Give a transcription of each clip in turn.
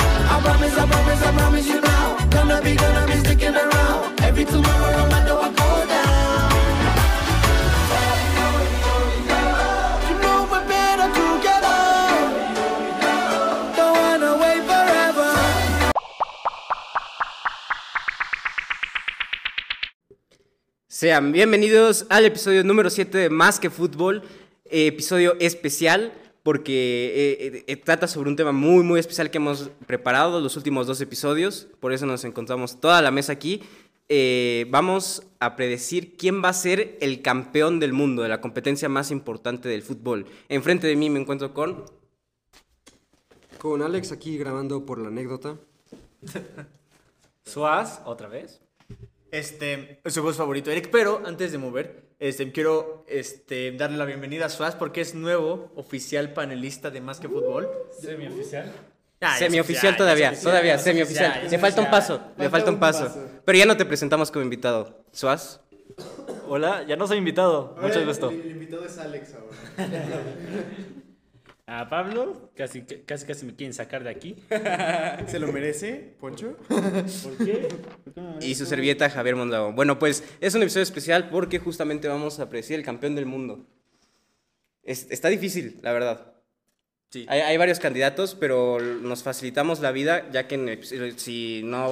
promise, I promise, I promise you now. Gonna be, gonna be sticking around. Every tomorrow, no matter what go down. You know we're better together. Don't wanna wait forever. Sean bienvenidos al episodio número 7 de Más que Fútbol, eh, episodio especial porque eh, eh, eh, trata sobre un tema muy muy especial que hemos preparado los últimos dos episodios, por eso nos encontramos toda la mesa aquí. Eh, vamos a predecir quién va a ser el campeón del mundo, de la competencia más importante del fútbol. Enfrente de mí me encuentro con... Con Alex aquí grabando por la anécdota. Suaz, otra vez. Este, es su voz favorito, Eric. Pero antes de mover, este, quiero este, darle la bienvenida a Suaz porque es nuevo oficial panelista de Más que Fútbol. Semioficial. Ah, es Semioficial oficial, todavía, es oficial, todavía, es semioficial. oficial, es Le falta un oficial. paso, le falta un paso. Pero ya no te presentamos como invitado. Suaz. Hola, ya no soy invitado. Mucho gusto. invitado es Alex ahora. A Pablo, casi, casi, casi me quieren sacar de aquí. ¿Se lo merece, Poncho? ¿Por qué? Y su servilleta Javier Mondragón. Bueno, pues es un episodio especial porque justamente vamos a predecir el campeón del mundo. Es- está difícil, la verdad. Sí. Hay, hay varios candidatos, pero nos facilitamos la vida ya que en el- si no,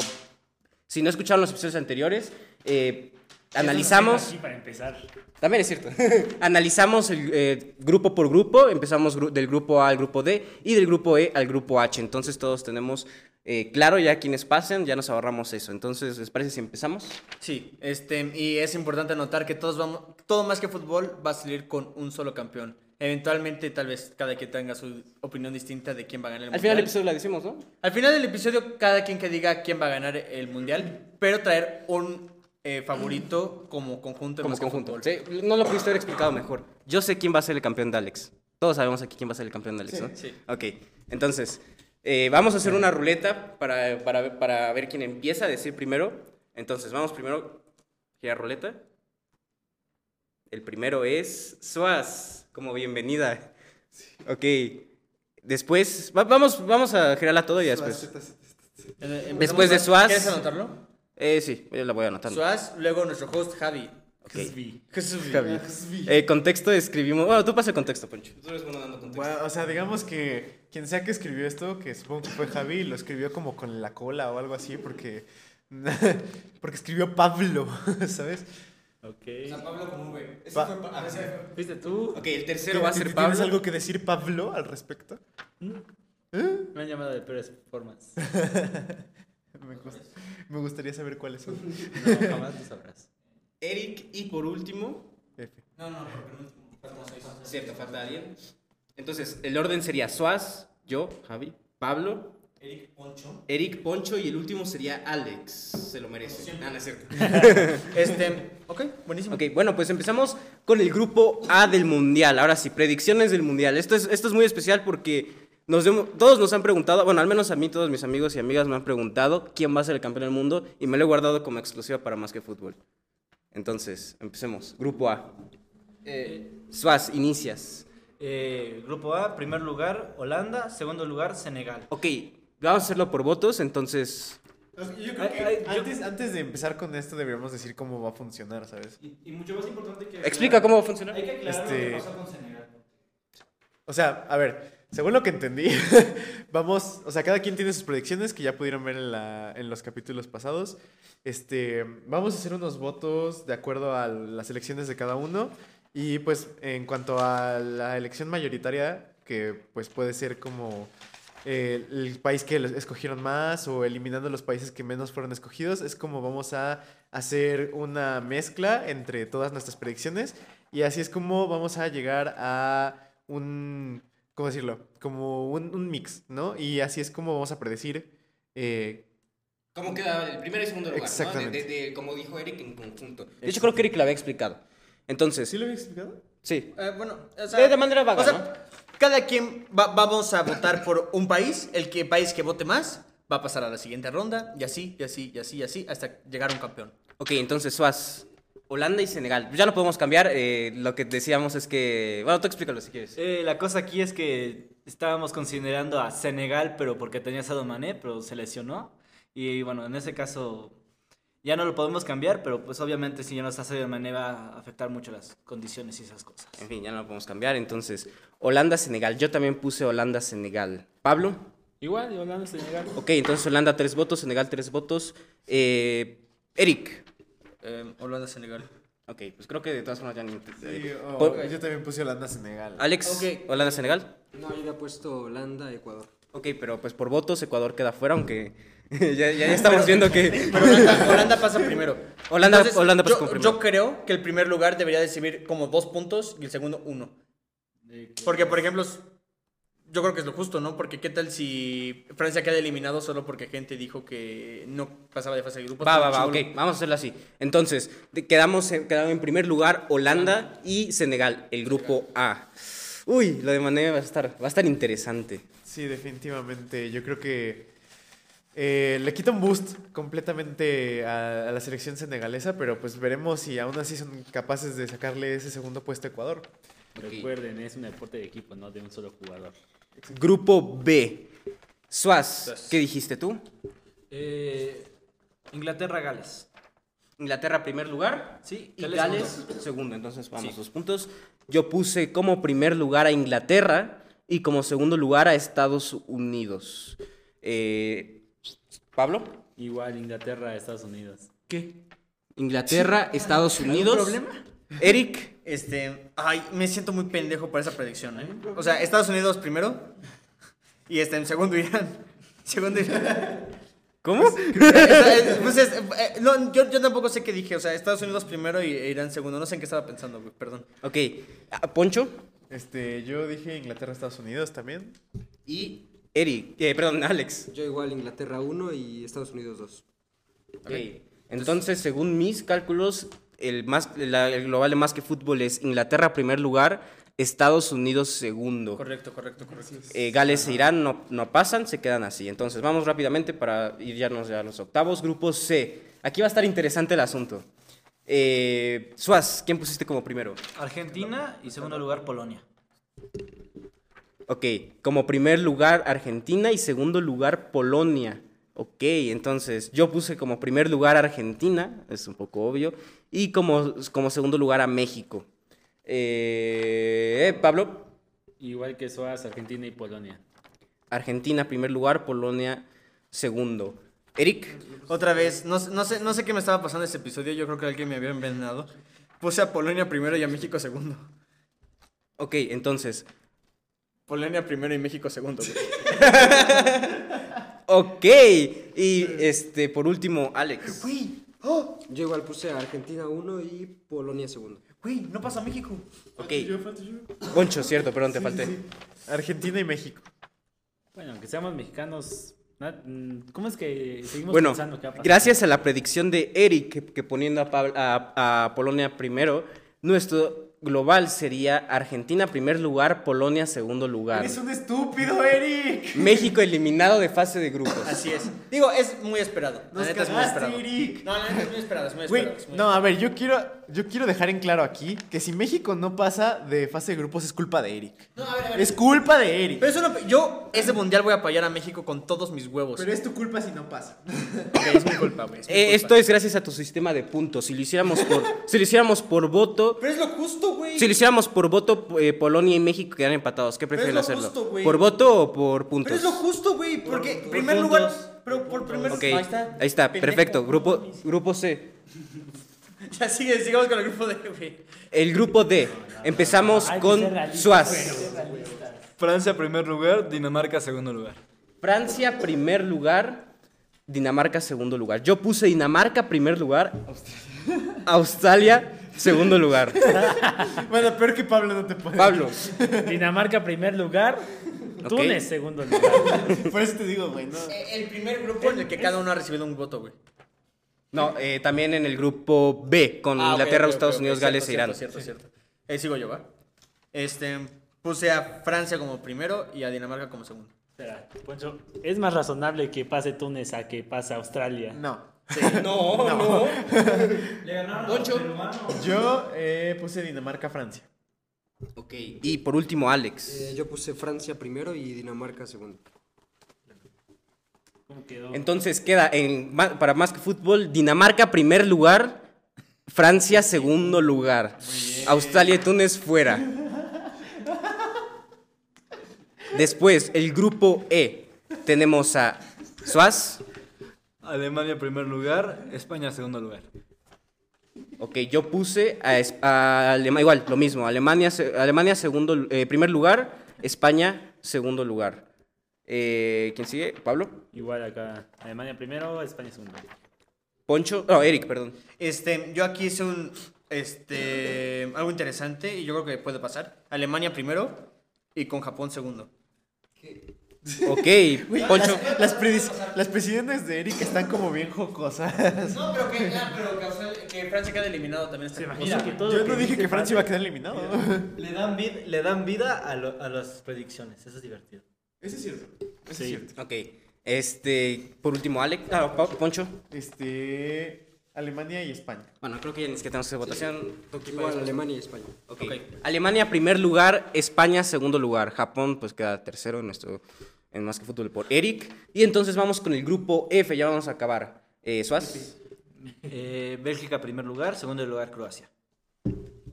si no escucharon los episodios anteriores, eh, analizamos... Aquí para empezar. También es cierto. Analizamos el, eh, grupo por grupo, empezamos gru- del grupo A al grupo D y del grupo E al grupo H. Entonces todos tenemos eh, claro ya quienes pasen, ya nos ahorramos eso. Entonces, ¿les parece si empezamos? Sí, este, y es importante notar que todos vamos, todo Más que Fútbol va a salir con un solo campeón. Eventualmente, tal vez cada quien tenga su opinión distinta de quién va a ganar el Al final del mundial. episodio la decimos, ¿no? Al final del episodio, cada quien que diga quién va a ganar el mundial, pero traer un eh, favorito como conjunto. de Como Más que conjunto. Fútbol. Sí, no lo pudiste haber explicado mejor. Yo sé quién va a ser el campeón de Alex. Todos sabemos aquí quién va a ser el campeón de Alex, ¿no? sí. Ok, entonces, eh, vamos a hacer una ruleta para, para, ver- para ver quién empieza a decir primero. Entonces, vamos primero, gira ruleta. El primero es Suaz, como bienvenida. Ok. Después, va- vamos, vamos a girarla todo y después. Eh, empezamos Después de con- Suaz. ¿Quieres anotarlo? Eh, sí, yo la voy anotando. Suaz, luego nuestro host Javi. Ok. Jesús. Javi. Eh, contexto escribimos. Bueno, tú pasa el contexto, Poncho. Bueno, o sea, digamos que quien sea que escribió esto, que supongo que fue Javi, lo escribió como con la cola o algo así, porque. Porque escribió Pablo, ¿sabes? Ok. Pablo como V. Pa- ¿Fuiste tú? Eh, Ok, el tercero va a ser Pablo. ¿Tienes algo que decir Pablo al respecto? Me han llamado de peores formas. Me, gust- me gustaría saber cuáles son. No, jamás lo sabrás. Eric y por último. F. No, no, no. Cierto, falta alguien. Entonces, el orden sería Suaz, yo, Javi, Pablo, Eric Poncho. Eric, Poncho y el último sería Alex. Se lo merece. Ah, no es cierto. Este, ok, buenísimo. Ok, bueno, pues empezamos con el grupo A del Mundial. Ahora sí, predicciones del Mundial. Esto es, esto es muy especial porque nos demo- todos nos han preguntado, bueno, al menos a mí, todos mis amigos y amigas me han preguntado quién va a ser el campeón del mundo y me lo he guardado como exclusiva para más que fútbol. Entonces, empecemos. Grupo A. Eh, Suaz, inicias. Eh, grupo A, primer lugar, Holanda. Segundo lugar, Senegal. Ok, vamos a hacerlo por votos, entonces... Yo creo que Ay, ay, yo- antes, antes de empezar con esto, deberíamos decir cómo va a funcionar, ¿sabes? Y, mucho más importante que. Explica cómo va a funcionar. que aclarar lo que Este- pasó con Senegal. O sea, a ver, según lo que entendí, vamos, o sea, cada quien tiene sus predicciones que ya pudieron ver en, la- en los capítulos pasados. Este, vamos a hacer unos votos de acuerdo a las elecciones de cada uno y pues en cuanto a la elección mayoritaria, que pues puede ser como eh, el país que los escogieron más o eliminando los países que menos fueron escogidos, es como vamos a hacer una mezcla entre todas nuestras predicciones y así es como vamos a llegar a un, ¿cómo decirlo? Como un, un mix, ¿no? Y así es como vamos a predecir eh, ¿Cómo queda el primer y segundo lugar? ¿no? Exactamente. De- de- de- como dijo Eric, en conjunto. De hecho, creo que Eric la había explicado. Entonces, ¿Sí lo había explicado? sí. Eh, bueno, o De- de manera vaga, o sea, ¿no? cada quien va- vamos a votar por un país. El que, país que vote más va a pasar a la siguiente ronda. Y así, y así, y así, y así, hasta llegar a un campeón. Ok, entonces Suaz, Holanda y Senegal. Ya no podemos cambiar. eh, lo que decíamos es que. Bueno, tú explícalo si quieres. Eh, la cosa aquí es que estábamos considerando a Senegal, pero porque tenía Sadio Mané, pero se lesionó. Y bueno, en ese caso ya no lo podemos cambiar, pero pues obviamente si ya no está Sadio Mané va a afectar mucho las condiciones y esas cosas. En fin, ya no lo podemos cambiar. Entonces, Holanda-Senegal. Yo también puse Holanda-Senegal. Pablo. Igual, y Holanda se llega. Ok, entonces Holanda tres votos, Senegal tres votos. Eh, Eric. Eh, Holanda-Senegal. Ok, pues creo que de todas formas ya ni... eh, oh, pon- Yo también puse Holanda-Senegal. Alex, Ok. Holanda-Senegal. No, yo había puesto Holanda, Ecuador. Ok, pero pues por votos Ecuador queda fuera, aunque ya, ya- ya estamos viendo que... Pero Holanda, Holanda pasa primero. Holanda- Holanda pasa yo, como primero. yo creo que el primer lugar debería recibir como dos puntos y el segundo uno. Porque, por ejemplo, s- yo creo que es lo justo, ¿no? Porque qué tal si Francia queda eliminado solo porque gente dijo que no pasaba de fase de grupos. Va, Pero va, va, ok, chulo. vamos a hacerlo así. Entonces, de- quedamos en, quedaron en primer lugar Holanda y Senegal, el grupo A. Uy, lo de Mané va a estar, va a estar interesante. Sí, definitivamente. Yo creo que eh, le quita un boost completamente a, a la selección senegalesa, pero pues veremos si aún así son capaces de sacarle ese segundo puesto a Ecuador. Recuerden, es un deporte de equipo, no de un solo jugador. Grupo B. Suaz, ¿qué dijiste tú? Eh, Inglaterra-Gales. Inglaterra primer lugar. Sí, Y Gales Gales segundo. Entonces vamos dos puntos. Yo puse como primer lugar a Inglaterra y como segundo lugar a Estados Unidos. Eh, Pablo. Igual, Inglaterra, Estados Unidos. ¿Qué? Inglaterra, Estados Unidos. problema? Eric. Este, ay, me siento muy pendejo para esa predicción, ¿eh? O sea, Estados Unidos primero y este, en segundo Irán. Segundo Irán. ¿Cómo? Esta- pues es- eh, no, yo, yo tampoco sé qué dije. O sea, Estados Unidos primero y e Irán segundo. No sé en qué estaba pensando, güey, perdón. ok. ah, Poncho. Este, yo dije Inglaterra-Estados Unidos también. Y Eric. eh, perdón, Alex. Yo igual Inglaterra 1 y Estados Unidos 2. Ok. Entonces, según mis cálculos, el, más, la- el global de más que fútbol es Inglaterra primer lugar, Estados Unidos segundo. Correcto, correcto, correcto. Eh, Gales e Irán no, no pasan, se quedan así. Entonces vamos rápidamente para ir ya nos- ya a los octavos. Grupo C. Aquí va a estar interesante el asunto. Eh, Suaz, ¿quién pusiste como primero? Argentina y segundo lugar Polonia. Ok, como primer lugar Argentina y segundo lugar Polonia. Ok, entonces yo puse como primer lugar Argentina, es un poco obvio, y como, como segundo lugar a México. Eh, Pablo, Igual que Suárez, Argentina y Polonia. Argentina primer lugar, Polonia segundo. Eric. Otra vez, no, sé- no sé, no sé qué me estaba pasando este episodio. Yo creo que alguien me había envenenado. Puse a Polonia primero y a México segundo. Ok, entonces. Polonia primero y México segundo, güey. Ok. Y este, por último, Alex. Güey, oh, Yo igual puse a Argentina 1 y Polonia 2. güey, no pasa México. Ok. Poncho, cierto, perdón, te falté. Argentina y México. Bueno, aunque seamos mexicanos, na- mm, ¿cómo es que seguimos Bueno, pensando que va a pasar? gracias a la predicción de Eric, que, que poniendo a, Pab- a- a Polonia primero, nuestro global sería Argentina primer lugar, Polonia segundo lugar. ¡Eres un estúpido, Eric! México eliminado de fase de grupos. Así es. Digo, es muy esperado. La Nos neta es muy cagaste, esperado. Eric. No, la neta es muy esperado, es muy Güey, esperado. es muy no, a ver, yo quiero, yo quiero dejar en claro aquí que si México no pasa de fase de grupos es culpa de Eric. No, a ver, a ver. Es culpa de Eric. Pero eso no- yo ese mundial voy a apoyar a México con todos mis huevos. Pero es tu culpa si no pasa. Ok, es mi culpa, güey. es mi Eh, culpa. esto es gracias a tu sistema de puntos. Si lo hiciéramos por, si lo hiciéramos por voto, Pero es lo justo, güey. Si lo hiciéramos por voto, eh, Polonia y México quedan empatados. ¿Qué es prefieren lo hacerlo? justo, güey. ¿Por voto o por Pero puntos? es lo justo, güey. Porque por primer puntos, lugar. Pero por primer Ok, ahí está, perfecto. Grupo, grupo C. Ya sigue, sigamos con el grupo de, güey. El grupo D. Empezamos Hay que ser con realistas, Suaz. güey, realistas. Francia primer lugar, Dinamarca segundo lugar. Francia, primer lugar. Dinamarca, segundo lugar. Yo puse Dinamarca, primer lugar. Australia, segundo lugar. Bueno, peor que Pablo no te puede. Pablo. Dinamarca primer lugar, Ok. Túnez segundo lugar. Por eso te digo, güey, no. Eh, El primer grupo en el que cada uno ha recibido un voto, güey. No, eh, también en el grupo B, con Ah, ok, Inglaterra, ok, ok, Estados ok, Unidos, cierto, Gales e cierto, Irán. Cierto, cierto. Eh, sigo yo, ¿va? Este, puse a Francia como primero y a Dinamarca como segundo. Espera, Poncho, es más razonable que pase Túnez a que pase Australia. No. No, no. Le ganaron Poncho. Yo eh, puse Dinamarca-Francia. Ok. Y por último, Alex. Eh, yo puse Francia primero y Dinamarca segundo. ¿Cómo quedó? Entonces queda en, ma- para más que fútbol, Dinamarca primer lugar, Francia segundo lugar, Australia y Túnez fuera. Después, el grupo E. Tenemos a Suaz. Alemania primer lugar, España segundo lugar. Ok, yo puse a, Es- a Alema- igual, lo mismo. Alemania, se- Alemania segundo, eh, primer lugar, España segundo lugar. Eh, ¿Quién sigue? Pablo. Igual acá. Alemania primero, España segundo. Poncho. No, Eric, perdón. Este, yo aquí hice un, este, algo interesante y yo creo que puede pasar. Alemania primero y con Japón segundo. Ok, Güey, Poncho. Las, las predis- las presiones de Eric están como bien jocosas. No, pero que, Francia queda eliminado también. Mira, que todo Yo lo no que dije dice que Francia iba a quedar eliminado. Le dan, vid- le dan vida a, lo- a las predicciones, eso es divertido. Eso es cierto. Eso es cierto. Ok. Este, por último, Alex. Ah, Pa- Poncho. Este. Alemania y España. Bueno, creo que ya ni siquiera tenemos que votación. Igual Alemania y España. Ok. Alemania, primer lugar. España, segundo lugar. Japón, pues queda tercero en nuestro. En más que fútbol por Eric. Y entonces vamos con el grupo F, ya vamos a acabar. Eh, Suaz. Eh, Bélgica primer lugar, segundo lugar Croacia.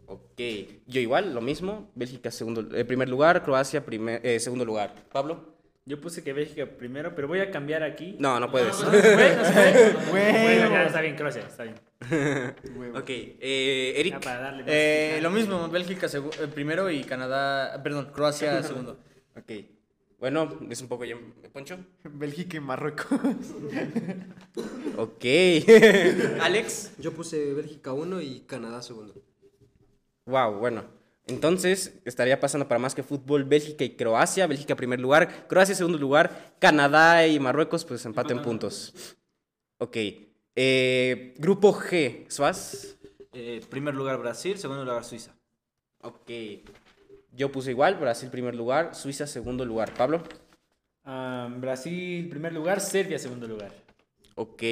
Ok. Yo igual, lo mismo. Bélgica, segundo, eh, primer lugar. Croacia, primer, eh, segundo lugar. Pablo. Yo puse que Bélgica primero, pero voy a cambiar aquí. No, no puedes. ¿No se puede? ¿No se puede? Huevo. Bueno, ya, está bien, Croacia, está bien. ok. eh, Ya Eric. para darle más Eh, picante. lo mismo, Bélgica segu- eh, primero y Canadá, perdón, Croacia segundo. Ok. Bueno, es un poco ya. Poncho. Bélgica y Marruecos. Ok. Alex. Yo puse Bélgica uno y Canadá segundo. Wow, bueno. Entonces, estaría pasando para más que fútbol Bélgica y Croacia. Bélgica primer lugar, Croacia segundo lugar, Canadá y Marruecos, pues empate en puntos. Ok. Eh, grupo G, Suaz. Eh, primer lugar Brasil, segundo lugar Suiza. Ok. Yo puse igual, Brasil primer lugar, Suiza segundo lugar. Pablo. Ah, Brasil primer lugar, Serbia segundo lugar. Ok.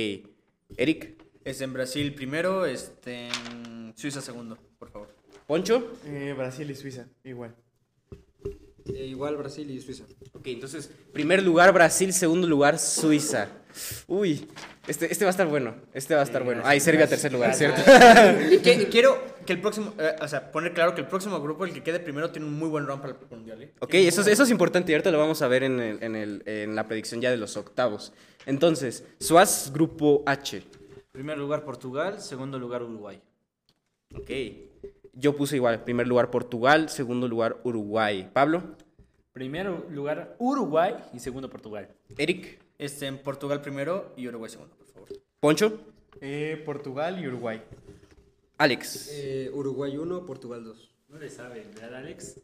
Eric. Es en Brasil primero, este, en Suiza segundo, por favor. Poncho. Eh, Brasil y Suiza. Igual. Eh, igual Brasil y Suiza. Ok, entonces, primer lugar Brasil, segundo lugar Suiza. Uy, este, este va a estar bueno. Este va a estar bueno. Ah, y Serbia tercer lugar, ¿cierto? Y que- y quiero que el próximo, eh, o sea, poner claro que el próximo grupo, el que quede primero, tiene un muy buen round para el mundial. ¿eh? Ok, eso es, eso es importante y ahorita lo vamos a ver en, el- en el- en la predicción ya de los octavos. Entonces, Suaz, grupo H. Primer lugar Portugal, segundo lugar Uruguay. Ok. Yo puse igual, primer lugar Portugal, segundo lugar Uruguay. Pablo, Primero lugar Uruguay y segundo Portugal. Eric, Este, en Portugal primero y Uruguay segundo, por favor. Poncho, Eh, Portugal y Uruguay. Alex. Eh, Uruguay uno, Portugal dos. No le sabe, ¿verdad, Alex?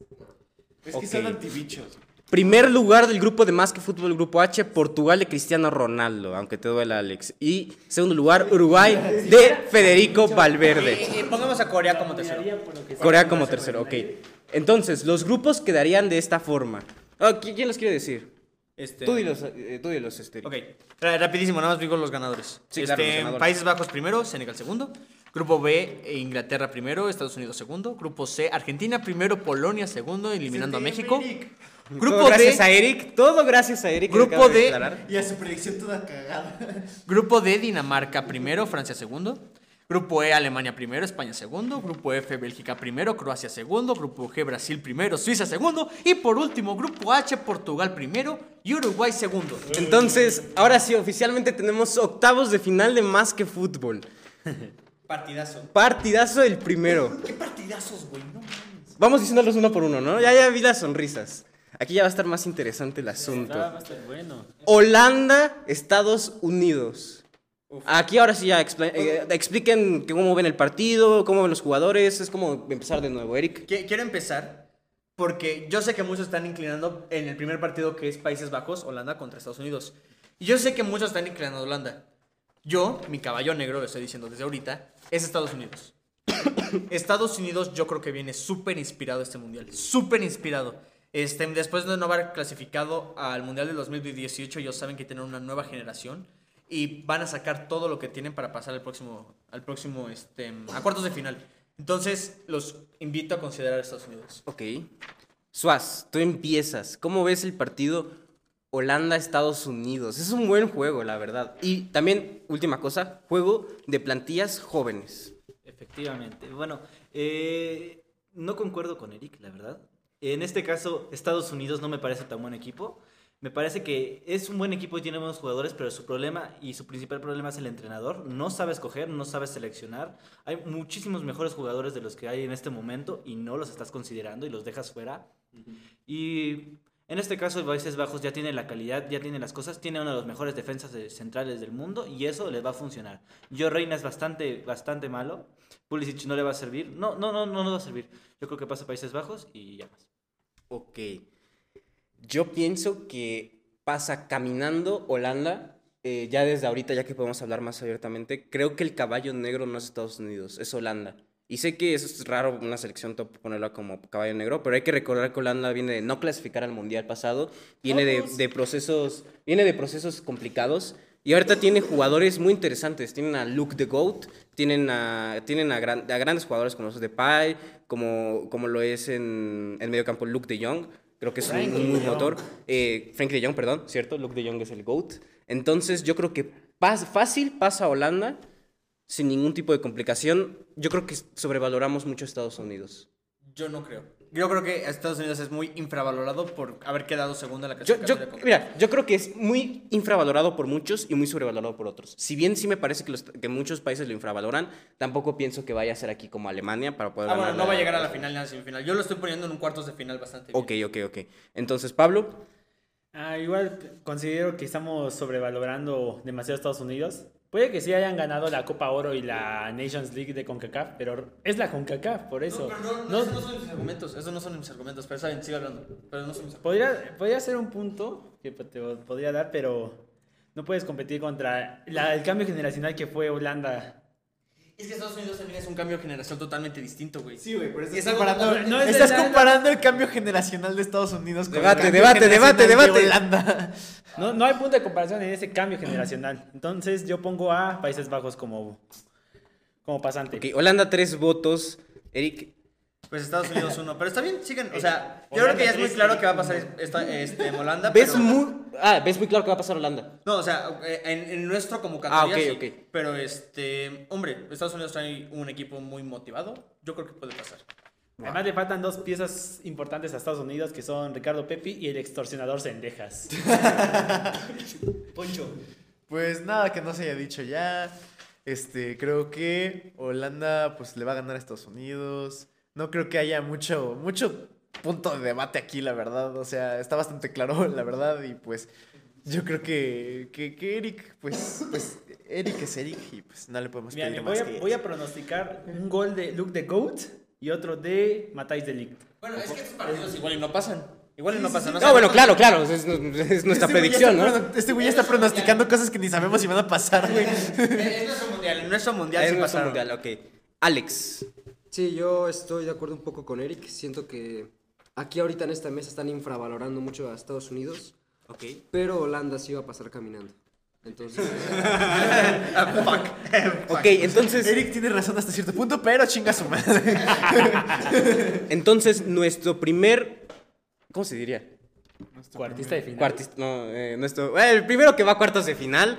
Es Ok. que son antibichos. Primer lugar del grupo de Más que Fútbol, grupo H, Portugal de Cristiano Ronaldo, aunque te duela Alex. Y segundo lugar, Uruguay de Federico Valverde. Y, y Eh, pongamos a Corea como tercero. Miraría por lo que Corea sea, como no se tercero, ok. puede Entonces, los grupos quedarían de esta forma. Ah, ¿qui- ¿Quién los quiere decir? Este, Tú dilos, eh, tú dilos, este. Ok, ra- rapidísimo, nada más digo los ganadores. Sí, Este, claro, los ganadores. Países Bajos primero, Senegal segundo. Grupo B, e Inglaterra primero, Estados Unidos segundo. Grupo C, Argentina primero, Polonia segundo, eliminando a México. Todo Grupo gracias a D, Eric, todo gracias a Eric. que Grupo acaba de D. aclarar. Y a su predicción toda cagada. Grupo D, Dinamarca primero, Francia segundo. Grupo E, Alemania primero, España segundo. Grupo F, Bélgica primero, Croacia segundo. Grupo G, Brasil primero, Suiza segundo. Y por último, Grupo H, Portugal primero y Uruguay segundo. Entonces, ahora sí, oficialmente tenemos octavos de final de Más que Fútbol. Partidazo. Partidazo del primero. ¿Qué partidazos, güey? No mames. Vamos diciéndolos uno por uno, ¿no? Ya, ya vi las sonrisas. Aquí ya va a estar más interesante el Está asunto. bastante bueno. Holanda, Estados Unidos. Aquí ahora sí ya expla- eh, expliquen que cómo ven el partido, cómo ven los jugadores. Es como empezar de nuevo, Eric. Qui- Quiero empezar porque yo sé que muchos están inclinando en el primer partido que es Países Bajos, Holanda contra Estados Unidos. Y yo sé que muchos están inclinando a Holanda. Yo, mi caballo negro, lo estoy diciendo desde ahorita, es Estados Unidos. Estados Unidos yo creo que viene súper inspirado a este mundial, súper inspirado. Este, después de no haber clasificado al mundial del 2018, ellos saben que tienen una nueva generación y van a sacar todo lo que tienen para pasar al próximo, al próximo, este, a cuartos de final. Entonces, los invito a considerar a Estados Unidos. Ok. Suaz, tú empiezas. ¿Cómo ves el partido Holanda-Estados Unidos? Es un buen juego, la verdad. Y también, última cosa, juego de plantillas jóvenes. Efectivamente. Bueno, eh, no concuerdo con Eric, la verdad. En este caso, Estados Unidos no me parece tan buen equipo. Me parece que es un buen equipo y tiene buenos jugadores, pero su problema y su principal problema es el entrenador. No sabe escoger, no sabe seleccionar. Hay muchísimos mejores jugadores de los que hay en este momento y no los estás considerando y los dejas fuera. Y en este caso, el Países Bajos ya tiene la calidad, ya tiene las cosas, tiene una de las mejores defensas de- centrales del mundo y eso les va a funcionar. Yo Reina es bastante, bastante malo. Pulisic no le va a servir. No, no, no, no nos va a servir. Yo creo que pasa Países Bajos y ya más. Ok. Yo pienso que pasa caminando Holanda, eh, ya desde ahorita, ya que podemos hablar más abiertamente, creo que el caballo negro no es Estados Unidos, es Holanda. Y sé que eso es raro, una selección top ponerla como caballo negro, pero hay que recordar que Holanda viene de no clasificar al Mundial pasado, viene de, de procesos, viene de procesos complicados. Y ahorita tiene jugadores muy interesantes. Tienen a Luke the Goat, tienen a, tienen a, gran- a grandes jugadores como los de Pai, como, como lo es en el mediocampo Luke de Jong. Creo que es un- un muy motor. Eh, Frank de Jong, perdón, ¿cierto? Luke de Jong es el Goat. Entonces yo creo que pas- fácil pasa a Holanda sin ningún tipo de complicación. Yo creo que sobrevaloramos mucho a Estados Unidos. Yo no creo. Yo creo que Estados Unidos es muy infravalorado por haber quedado segundo en la Yo, yo- clasificatoria. con- mira, yo creo que es muy infravalorado por muchos y muy sobrevalorado por otros. Si bien sí me parece que, los- que muchos países lo infravaloran, tampoco pienso que vaya a ser aquí como Alemania para poder Ah, ganar bueno, no va a llegar a la final ni a la semifinal. Yo lo estoy poniendo en un cuartos de final bastante bien. Ok, ok, ok. Entonces, Pablo, Ah, igual considero que estamos sobrevalorando demasiado a Estados Unidos. Puede que sí hayan ganado la Copa Oro y la Nations League de CONCACAF, pero es la CONCACAF, por No, eso. pero no, no, No- esos no son mis argumentos. Esos no son mis argumentos. Pero saben, sigue hablando. Pero no son mis argumentos. Podría, podría ser un punto que pues, te podría dar, pero no puedes competir contra la- el cambio generacional que fue Holanda. Es que Estados Unidos también es un cambio de generación totalmente distinto, güey. Sí, güey, pero Es estás algo comparando, totalmente- no es estás de nada. comparando el cambio generacional de Estados Unidos con Debate, el cambio debate, debate, generacional de debate. Holanda. No, no hay punto de comparación en ese cambio generacional. Entonces yo pongo a Países Bajos como, como pasante. ok, Holanda tres votos. Eric, Pues Estados Unidos uno. Pero está bien, sigan. O sea, Eh, yo Holanda creo que ya es muy tres, claro que va a pasar esta, este, Holanda. ves pero- muy. Ah, ves muy claro que va a pasar Holanda. No, o sea, eh, en, en nuestro convocatoria Ah, ok, sí, ok. Pero este, hombre, Estados Unidos trae un equipo muy motivado. Yo creo que puede pasar. Además le faltan dos piezas importantes a Estados Unidos que son Ricardo Pepi y el extorsionador Cendejas. Poncho. Pues nada que no se haya dicho ya. Este, creo que Holanda pues le va a ganar a Estados Unidos. No creo que haya mucho, mucho punto de debate aquí, la verdad. O sea, está bastante claro, la verdad. Y pues yo creo que, que, que Eric, pues, pues Eric es Eric y pues no le podemos Mira, pedir voy, más a, que Este voy a pronosticar un gol de Luke the Goat y otro de Matáis Delict. Bueno, es que estos partidos igual y no pasan. Igual y no pasan. o sea, No, bueno, claro, claro. Es, es nuestra Este güey ya está predicción, ¿no? prono- Este güey ya está pronosticando cosas que ni sabemos si van a pasar, güey. Es es nuestro mundial. En nuestro mundial Es sí nuestro pasaron. mundial, ok. Alex, Sí, yo estoy de acuerdo un poco con Eric. Siento que aquí ahorita en esta mesa están infravalorando mucho a Estados Unidos, ok. pero Holanda sí va a pasar caminando. Entonces, Ok, entonces. Eric tiene razón hasta cierto punto, pero chinga su madre. Entonces, nuestro primer. ¿Cómo se diría? Cuartista de final. Cuartis- no, eh, nuestro- eh, el primero que va a cuartos de final,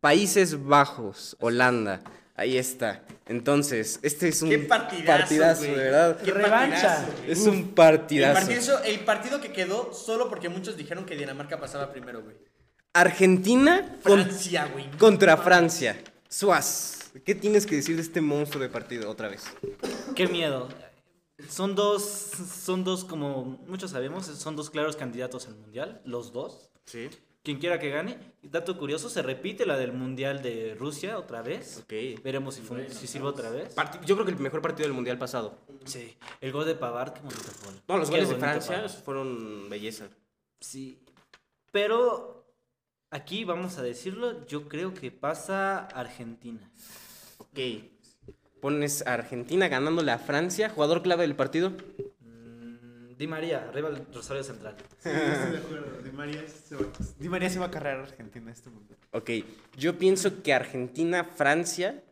Países Bajos, Holanda. Ahí está. Entonces, este es un Qué partidazo, de güey. verdad. Qué Revancha. partidazo. Es un El partidazo. partido, el partido que quedó solo porque muchos dijeron que Dinamarca pasaba primero, güey. Argentina con- Francia, güey. contra Francia. Suaz, ¿qué tienes que decir de este monstruo de partido otra vez? Qué miedo. Son dos, son dos, como muchos sabemos, son dos claros candidatos al mundial, los dos. Sí. Quien quiera que gane. Dato curioso, se repite la del mundial de Rusia otra vez. Ok. Veremos si, fun- si sirve otra vez. Parti- Yo creo que el mejor partido del mundial pasado. Sí, el gol de Pavard, qué bonito gol. No, los Qué goles de bonito Francia Pavard. fueron belleza. Sí. Pero aquí vamos a decirlo, yo creo que pasa Argentina. Ok. Pones a Argentina ganándole a Francia, jugador clave del partido. Mm, Di María, arriba del Rosario Central. Di María se va, Di María se va a cargar a Argentina este mundo. Ok, yo pienso que Argentina, Francia.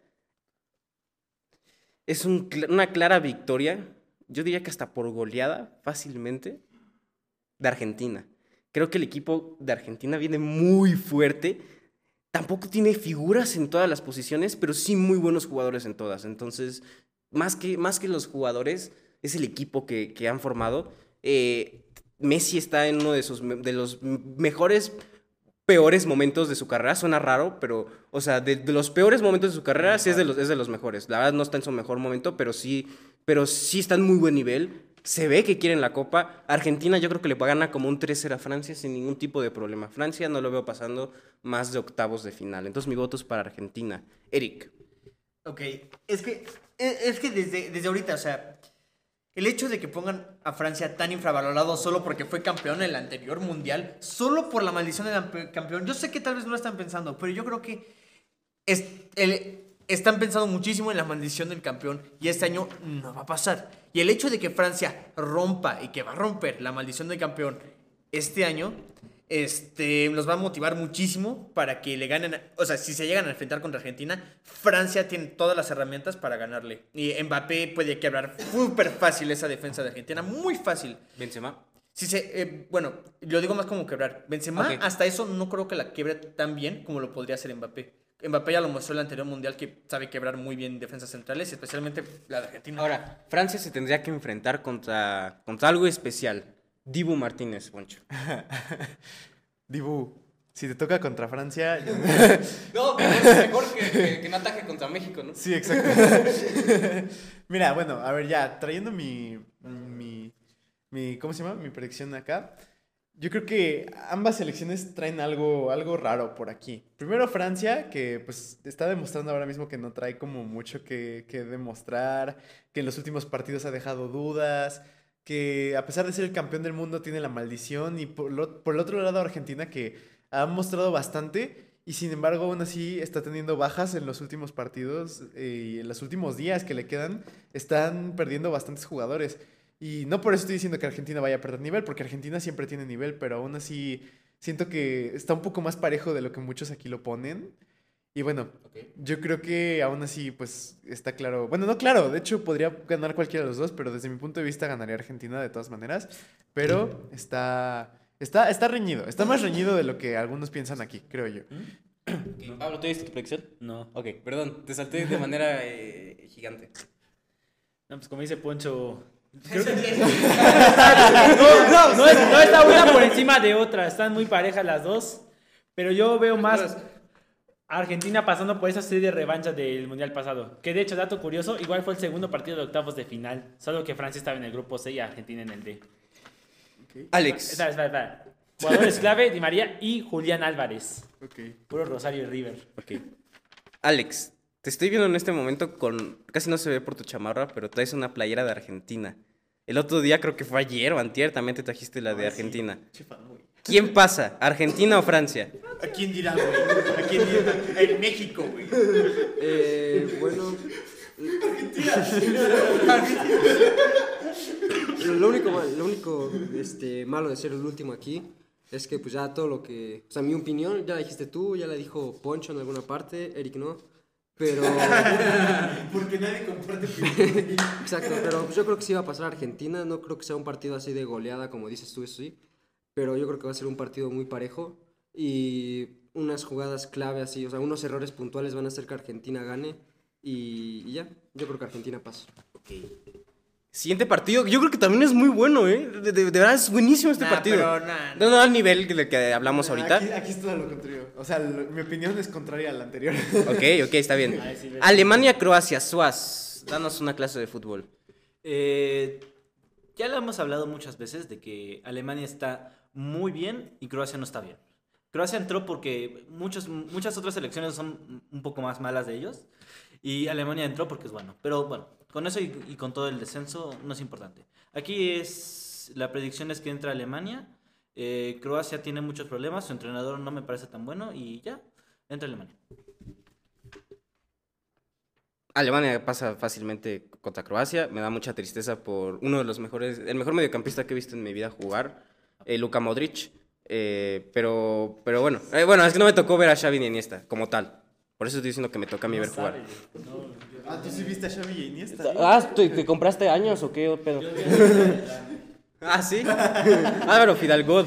es un cl- una clara victoria, yo diría que hasta por goleada, fácilmente, de Argentina. Creo que el equipo de Argentina viene muy fuerte. Tampoco tiene figuras en todas las posiciones, pero sí muy buenos jugadores en todas. Entonces, más que, más que los jugadores, es el equipo que, que han formado. Eh, Messi está en uno de, sus, me- de los m- mejores, peores momentos de su carrera. Suena raro, pero, o sea, de, de los peores momentos de su carrera, sí es de, los, es de los mejores. La verdad, no está en su mejor momento, pero sí, pero sí está en muy buen nivel. Se ve que quieren la Copa. Argentina yo creo que le gana como un 3-0 a Francia sin ningún tipo de problema. Francia no lo veo pasando más de octavos de final. Entonces mi voto es para Argentina. Eric. Ok, es que, es es que desde, desde ahorita, o sea, el hecho de que pongan a Francia tan infravalorado solo porque fue campeón en el anterior mundial, solo por la maldición del ampe- campeón, yo sé que tal vez no lo están pensando, pero yo creo que es- el- están pensando muchísimo en la maldición del campeón y este año no va a pasar. Y el hecho de que Francia rompa y que va a romper la maldición del campeón este año, este, los va a motivar muchísimo para que le ganen. a- O sea, si se llegan a enfrentar contra Argentina, Francia tiene todas las herramientas para ganarle. Y Mbappé puede quebrar súper fácil esa defensa de Argentina, muy fácil. Benzema. Si se, eh, bueno, lo digo más como quebrar. Benzema Ok. hasta eso no creo que la quiebre tan bien como lo podría hacer Mbappé. Mbappé ya lo mostró en el anterior mundial que sabe quebrar muy bien defensas centrales, especialmente la de Argentina. Ahora, Francia se tendría que enfrentar contra, contra algo especial. Dibu Martínez, Poncho. Dibu, si te toca contra Francia. yo- No, mejor, que, no ataque contra México, ¿no? Sí, exacto. Mira, bueno, a ver, ya, trayendo mi, mi, mi- ¿cómo se llama? Mi predicción acá. Yo creo que ambas selecciones traen algo, algo raro por aquí. Primero Francia, que pues está demostrando ahora mismo que no trae como mucho que, que demostrar, que en los últimos partidos ha dejado dudas, que a pesar de ser el campeón del mundo tiene la maldición y por, lo- por el otro lado Argentina que ha mostrado bastante y sin embargo aún así está teniendo bajas en los últimos partidos eh, y en los últimos días que le quedan están perdiendo bastantes jugadores. Y no por eso estoy diciendo que Argentina vaya a perder nivel, porque Argentina siempre tiene nivel, pero aún así siento que está un poco más parejo de lo que muchos aquí lo ponen. Y bueno, yo creo que aún así, pues está claro. Bueno, no claro, de hecho podría ganar cualquiera de los dos, pero desde mi punto de vista ganaría Argentina de todas maneras. Pero está, está, está reñido, está más reñido de lo que algunos piensan aquí, creo yo. Pablo, ¿tú diste tu predicción? No. Ok, perdón, te salté de manera eh, gigante. No, pues como dice Poncho. no, No, es- no está una por encima de otra. Están muy parejas las dos. Pero yo veo más a Argentina pasando por esa serie de revancha del mundial pasado. Que de hecho, dato curioso, igual fue el segundo partido de octavos de final. Solo que Francia estaba en el grupo C y Argentina en el D. Alex. Espera, espera, espera. Jugadores clave: Di María y Julián Álvarez. Puro Rosario y River. Alex, te estoy viendo en este momento con. Casi no se ve por tu chamarra, pero traes una playera de Argentina. El otro día, creo que fue ayer o antier, también te trajiste la de Argentina. ¿Quién pasa? ¿Argentina o Francia? ¿A quién dirá, güey? ¿A quién dirá? En México, güey. Eh, bueno. lo único, mal- lo único este, malo de ser el último aquí es que pues ya todo lo que... O sea, mi opinión ya la dijiste tú, ya la dijo Poncho en alguna parte, Eric no. Pero... Porque nadie comparte Exacto, pero pues, yo creo que sí va a pasar a Argentina. No creo que sea un partido así de goleada, como dices tú, eso sí. Pero yo creo que va a ser un partido muy parejo. Y unas jugadas clave así, o sea, unos errores puntuales van a hacer que Argentina gane. Y, y ya, yo creo que Argentina pasa. Siguiente partido, yo creo que también es muy bueno, ¿eh? De, de- de verdad es buenísimo este Nah, partido. pero nah, no, no, al nivel que- del que hablamos ahorita. Aquí, aquí es todo lo contrario. O sea, lo- mi opinión es contraria a la anterior. Ok, ok, está bien. Ahí sí ves. Alemania, Croacia, Suaz. Danos una clase de fútbol. Eh, ya lo hemos hablado muchas veces de que Alemania está muy bien y Croacia no está bien. Croacia entró porque muchos, muchas otras selecciones son un poco más malas de ellos y Alemania entró porque es bueno. Pero bueno, con eso y, y con todo el descenso no es importante. Aquí es la predicción es que entra Alemania. eh, Croacia tiene muchos problemas, su entrenador no me parece tan bueno y ya, entra Alemania. Alemania pasa fácilmente contra Croacia. Me da mucha tristeza por uno de los mejores, el mejor mediocampista que he visto en mi vida jugar, eh, Luka Modric. Eh, pero, pero bueno, Eh, bueno, es que no me tocó ver a Xavi ni Iniesta como tal. Por eso estoy diciendo que me toca a mí ver jugar. Ah, tú sí viste a Xavi y Iniesta. Ah, ¿te, te compraste años o qué pedo? ah, sí. Álvaro Fidalgo.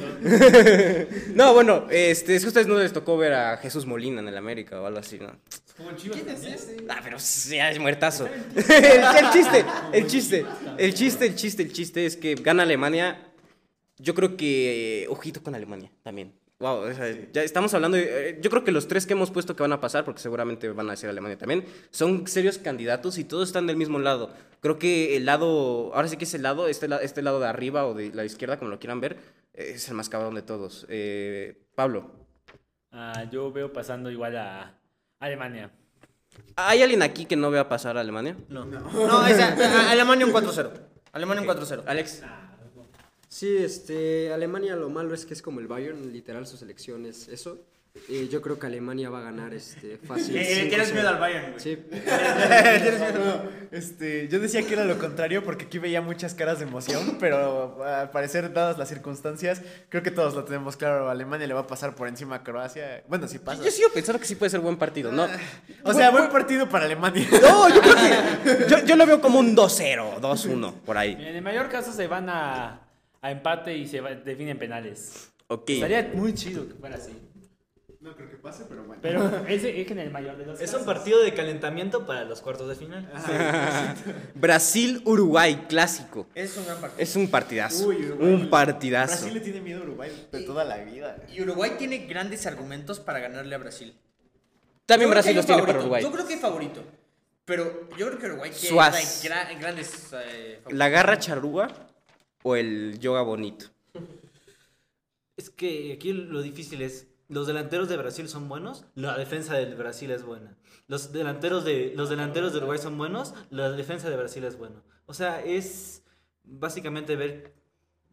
no, bueno, este, es que a ustedes no les tocó ver a Jesús Molina en el América o algo así, ¿no? Ah, pero sea es muertazo. el, el chiste, el chiste, el chiste, el chiste, el chiste es que gana Alemania. Yo creo que eh, ojito con Alemania también. Wow, o sea, ya estamos hablando. de- eh, yo creo que los tres que hemos puesto que van a pasar, porque seguramente van a decir Alemania también, son serios candidatos y todos están del mismo lado. Creo que el lado, ahora sí que es el lado, este, la- este lado de arriba o de la izquierda, como lo quieran ver, eh, es el más cabrón de todos. Eh, Pablo, Ah, yo veo pasando igual a Alemania. ¿hay alguien aquí que no vea pasar a Alemania? No, no esa- a- a- Ah, Alemania un 4-0. Alemania un 4-0. Alex. Sí, este, Alemania lo malo es que es como el Bayern, literal sus elecciones, eso. Eh, yo creo que Alemania va a ganar este, fácil. Eh, eh, 5-0. Tienes miedo al Bayern, güey. Sí, No, este, yo decía que era lo contrario porque aquí veía muchas caras de emoción, pero al parecer, dadas las circunstancias, creo que todos lo tenemos claro. Alemania le va a pasar por encima a Croacia. Bueno, si pasa. Yo sigo pensando que sí puede ser buen partido, Ah. ¿no? O sea, buen partido para Alemania. No, yo creo que. Yo, yo lo veo como un 2-0, 2-1, por ahí. En el mayor caso se van a, a empate y se va- definen penales. Ok. Estaría muy chido que fuera así. No creo que pase, pero bueno. Pero ese es que en el mayor de los Es un casos. partido de calentamiento para los cuartos de final. Brasil-Uruguay, clásico. Es un gran partido. Es un partidazo. Uy, Uruguay. un partidazo. Brasil le tiene miedo a Uruguay de toda la vida. Y Uruguay tiene grandes argumentos para ganarle a Brasil. También Yo creo que Brasil hay un los tiene para favorito. Uruguay. Yo creo que hay favorito. Pero yo creo que Uruguay tiene Suaz. gra- grandes eh, favoritos. ¿La garra charrúa o el yoga bonito? Es que aquí lo difícil es, los delanteros de Brasil son buenos, la defensa de Brasil es buena. Los delanteros de, los delanteros de Uruguay son buenos, la defensa de Brasil es buena. O sea, es básicamente ver,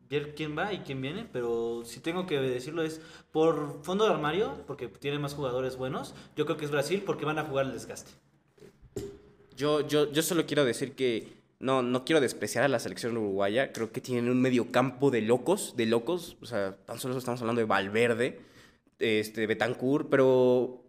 ver quién va y quién viene, pero si tengo que decirlo es por fondo de armario, porque tiene más jugadores buenos, yo creo que es Brasil porque van a jugar el desgaste. Yo, yo, yo solo quiero decir que no, no quiero despreciar a la selección uruguaya. Creo que tienen un mediocampo de locos, de locos. O sea, tan solo estamos hablando de Valverde, este, Betancourt, pero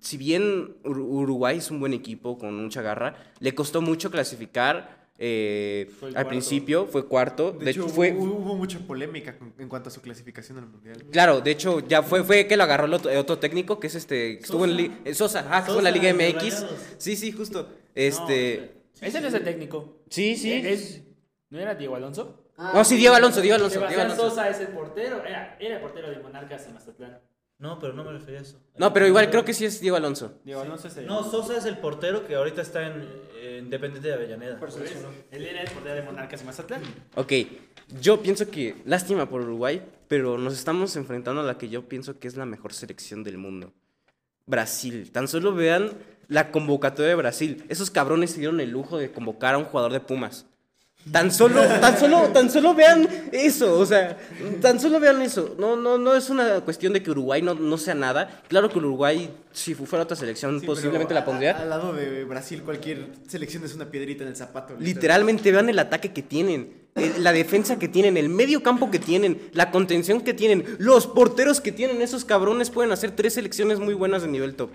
si bien Ur- Uruguay es un buen equipo con mucha garra, le costó mucho clasificar. eh, Fue el al cuarto. principio fue cuarto. De, De hecho, hecho, fue, hubo, hubo mucha polémica con- en cuanto a su clasificación al mundial. Claro, de hecho, ya fue, fue que lo agarró el otro, el otro técnico, que es este, que estuvo en, li- eh, Sosa, ah, que estuvo en la Sosa, Liga el de MX. Rayados. Sí, sí, justo. Este, Ese no es el técnico. Eh, sí, sí. Es- ¿No era Diego Alonso? No, sí, Diego Alonso, Diego Alonso, Diego Sebastián Alonso. Sosa es el portero. Era, era el portero de Monarcas en Mazatlán. No, pero no me refería a eso. No, pero igual creo que sí es Diego Alonso. Diego Alonso es el. No, Sosa es el portero que ahorita está en eh, Independiente de Avellaneda. Él era el portero de Monarcas en Mazatlán. Ok, yo pienso que, lástima por Uruguay, pero nos estamos enfrentando a la que yo pienso que es la mejor selección del mundo. Brasil, tan solo vean la convocatoria de Brasil. Esos cabrones se dieron el lujo de convocar a un jugador de Pumas. Tan solo, tan solo, tan solo vean eso, o sea, tan solo vean eso. No, no, no es una cuestión de que Uruguay no, no sea nada. Claro que Uruguay, si fu- fuera otra selección, Sí, posiblemente la pero a- pondría. Al lado de Brasil, cualquier selección es una piedrita en el zapato. Literalmente vean el ataque que tienen, eh, la defensa que tienen, el medio campo que tienen, la contención que tienen, los porteros que tienen. Esos cabrones pueden hacer tres selecciones muy buenas de nivel top.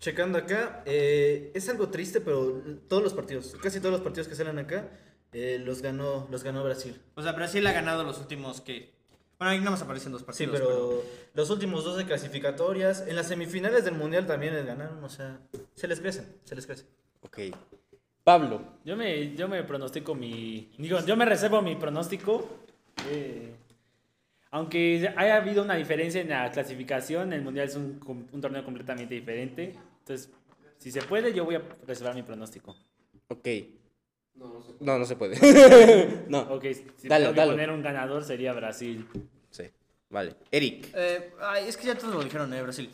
Checando acá, eh, es algo triste, pero todos los partidos, casi todos los partidos que salen acá, eh, los ganó los ganó Brasil. O sea, Brasil ha ganado los últimos que. Bueno, ahí nada más aparecen dos Sí, partidos. pero los últimos dos de clasificatorias, en las semifinales del Mundial también les ganaron, o sea, se les crecen, se les crecen. Ok. Pablo, Yo me, yo me pronostico mi. Digo, yo me reservo mi pronóstico. eh, aunque haya habido una diferencia en la clasificación, el mundial es un, com- un torneo completamente diferente. Entonces, si se puede, yo voy a reservar mi pronóstico. ok. No, no se puede. no. Ok, si Dale, tengo que dale. poner un ganador sería Brasil. Sí. Vale. Eric. Eh, ay, es que ya todos lo dijeron, eh, Brasil.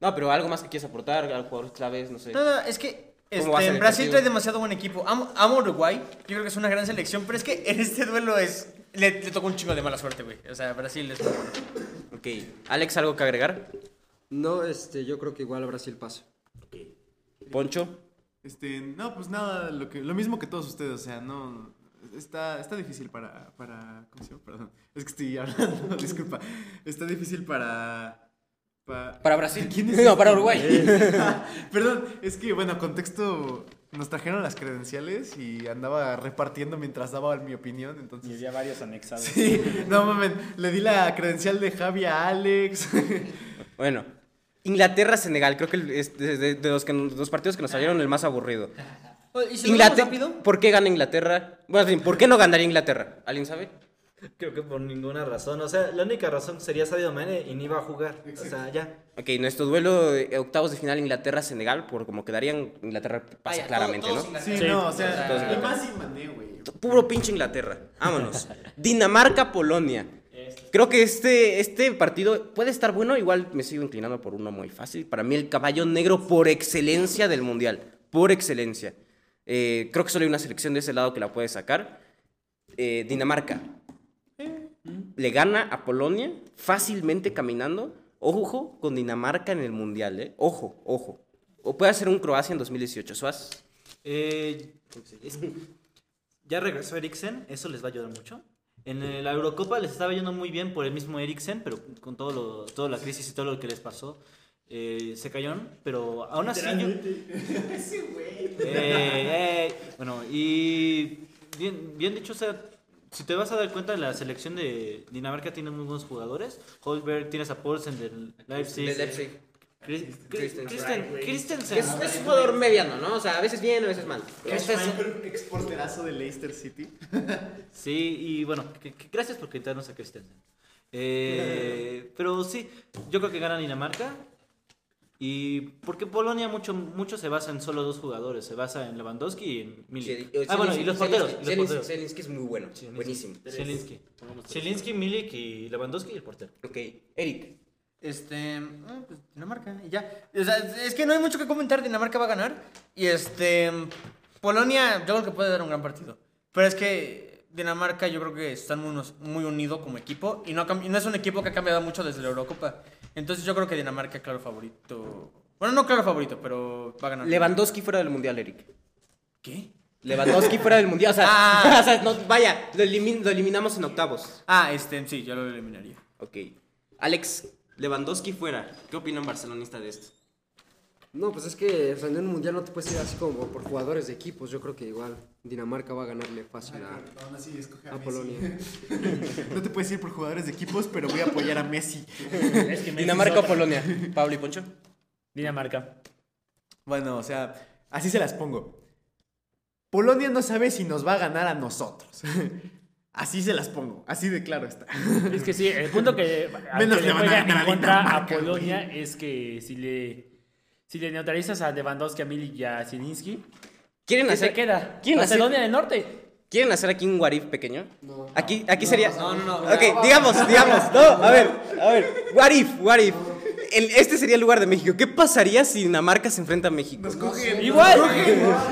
No, pero algo más que quieras aportar, a los jugadores claves, no sé. No, no, es que ¿Cómo va a este, ser el Brasil partido? trae demasiado buen equipo. Amo, amo a Uruguay. Yo creo que es una gran selección, pero es que en este duelo es. Le, le tocó un chingo de mala suerte, güey. O sea, Brasil es muy bueno. Ok. Alex, ¿algo que agregar? no, este, yo creo que igual Brasil pasa. Poncho. Este, no, pues nada, lo, que, lo mismo que todos ustedes, o sea, no, está, está difícil para, para, ¿cómo se llama? Perdón, es que estoy hablando, disculpa, está difícil para, Pa- Para Brasil. ¿Quién es no, este? para Uruguay. Perdón, es que, bueno, contexto. Nos trajeron las credenciales y andaba repartiendo mientras daba mi opinión, Y entonces. había varios anexados. Sí, no mames, le di la credencial de Javi a Alex. Bueno, Inglaterra-Senegal, creo que el- es de, de- de los, que, nos- los partidos que nos salieron el más aburrido. ¿Y si lo vemos rápido? Inglaterra, ¿Por qué gana Inglaterra? Bueno, en fin, ¿por qué no ganaría Inglaterra? ¿Alguien sabe? Creo que por ninguna razón. O sea, la única razón sería Sadio Mane y ni iba a jugar. O sea, ya. Ok, nuestro duelo de octavos de final Inglaterra-Senegal, por como quedarían, Inglaterra pasa claramente, ¿no? Sí, no, o sea, Todos- y más sin mané, güey. Puro pinche Inglaterra. Vámonos. Dinamarca-Polonia. Creo que este, este partido puede estar bueno. Igual me sigo inclinando por uno muy fácil. Para mí, el caballo negro por excelencia del mundial. Por excelencia. Eh, creo que solo hay una selección de ese lado que la puede sacar. Eh, Dinamarca. Le gana a Polonia fácilmente caminando. Ojo con Dinamarca en el mundial, ¿eh? Ojo, ojo. O puede hacer un Croacia en 2018. Suaz. Eh, es- ya regresó Eriksen, eso les va a ayudar mucho. En eh, la Eurocopa les estaba yendo muy bien por el mismo Eriksen, pero con todo lo, toda la crisis y todo lo que les pasó, eh, se cayeron. Pero aún así. yo- Eh, eh, bueno, y bien, bien dicho, o sea, si te vas a dar cuenta, la selección de Dinamarca tiene muy buenos jugadores. Holberg, tienes a Paulsen del Leipzig. Del Leipzig. Chris- Chris- Christensen. Christen- Christensen. Es, es un jugador mediano, ¿no? O sea, a veces bien, a veces mal. Este es un exporterazo de Leicester City. Sí, y bueno, que- que gracias por quitarnos a Christensen. Eh, pero sí, yo creo que gana Dinamarca. Y porque Polonia mucho, mucho se basa en solo dos jugadores, se basa en Lewandowski y en Milik. eh, ah, bueno, y los porteros. y los porteros. Zelinsky es muy bueno, Zielinski. buenísimo. Zielinski. Zielinski, Milik y Lewandowski y el portero. Ok, Eric. Este. no, pues, Dinamarca, y ya. O sea, es es que no hay mucho que comentar. Dinamarca va a ganar. Y este. Polonia, yo creo que puede dar un gran partido. Pero es que Dinamarca, yo creo que están muy, unos- muy unidos como equipo. Y no, ha cam- y no es un equipo que ha cambiado mucho desde la Eurocopa. Entonces, yo creo que Dinamarca, claro favorito. Bueno, no claro favorito, pero va a ganar. Lewandowski fuera del mundial, Eric. ¿Qué? Lewandowski fuera del mundial. O sea, Ah. o sea, no, vaya, lo, elimin- lo eliminamos en octavos. Ah, este, sí, yo lo eliminaría. Ok. Alex, Lewandowski fuera. ¿Qué opina un barcelonista de esto? No, pues es que o sea, en un mundial no te puedes ir así como por jugadores de equipos. Yo creo que igual Dinamarca va a ganarle fácil a, Aún Ah, así, escoge a a Messi. Polonia. No te puedes ir por jugadores de equipos, pero voy a apoyar a Messi. Es que Messi es Dinamarca o otra. Polonia. Pablo y Poncho. Dinamarca. Bueno, o sea, así se las pongo. Polonia no sabe si nos va a ganar a nosotros. Así se las pongo, así de claro está. Es que sí, el punto que, al Menos que le le van a juegan ganar en a contra a Dinamarca, Polonia es que si le, si le neutralizas a Lewandowski, a Milik y a Zielinski, ¿Quieren ¿qué hacer, se queda? ¿quién hace- Macedonia del Norte. ¿Quieren hacer aquí un guarif pequeño? Aquí, aquí sería. no, no, no. Ok, digamos, digamos. No, a ver, a ver. What if, what if. El- este sería el lugar de México. ¿Qué pasaría si Dinamarca se enfrenta a México? Igual.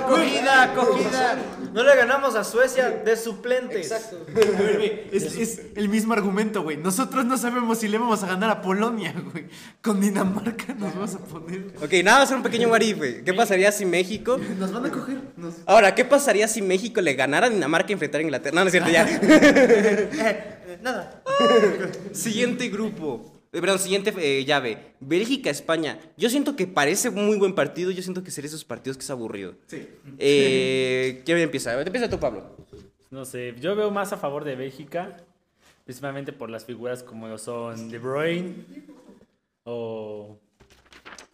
Cogida, cogida. No le ganamos a Suecia de suplentes. Es, es el mismo argumento, güey. Nosotros no sabemos si le vamos a ganar a Polonia, güey. Con Dinamarca nos vamos a poner. Ok, nada, va a ser un pequeño what if, güey. ¿Qué pasaría si México. Nos van a coger. Nos... Ahora, ¿qué pasaría si México le ganara a Dinamarca y enfrentara a Inglaterra? No, no es cierto, ya. Nada. Siguiente grupo. Eh, Perdón, siguiente eh, llave. Bélgica, España. Yo siento que parece un muy buen partido. Yo siento que sería esos partidos que es aburrido. Sí. Eh, ¿Quién empieza? Empieza tú, Pablo. No sé, yo veo más a favor de Bélgica, principalmente por las figuras como lo son De Bruyne o...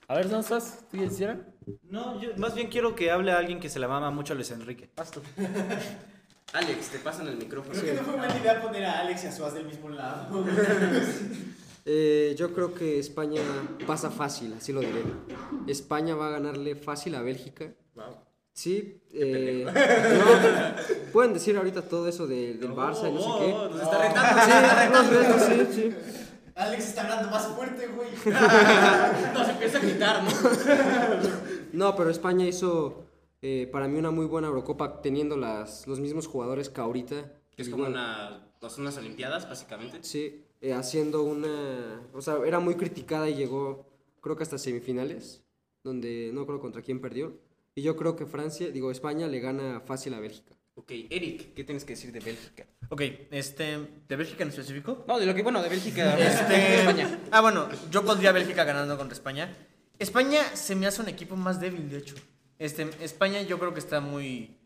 A ver, ¿dónde estás? ¿Tú ya hicieron? No, yo más bien quiero que hable a alguien que se la mama mucho a Luis Enrique. Pasto. Alex, te pasan el micrófono. No fue buena idea poner a Alex y a Suaz del mismo lado. Eh, yo creo que España pasa fácil, así lo diré. España va a ganarle fácil a Bélgica. Sí, eh, no, pueden decir ahorita todo eso de- del Barça y no sé qué. nos está retando. Ah. Sí, nos vemos, sí, sí. Alex está hablando más fuerte, güey. Nos empieza a quitar, ¿no? No, pero España hizo eh, para mí una muy buena Eurocopa teniendo las, los mismos jugadores que ahorita. Igual, una, unas olimpiadas, básicamente. Sí, eh, haciendo una... O sea, era muy criticada y llegó creo que hasta semifinales, donde no creo contra quién perdió. Y yo creo que Francia, digo, España le gana fácil a Bélgica. Ok, Eric, ¿qué tienes que decir de Bélgica? Ok, este. ¿De Bélgica en específico? No, de lo que, bueno, de Bélgica. Este, España. Ah, bueno, yo pondría a Bélgica ganando contra España. España se me hace un equipo más débil, de hecho. Este, España yo creo que está muy.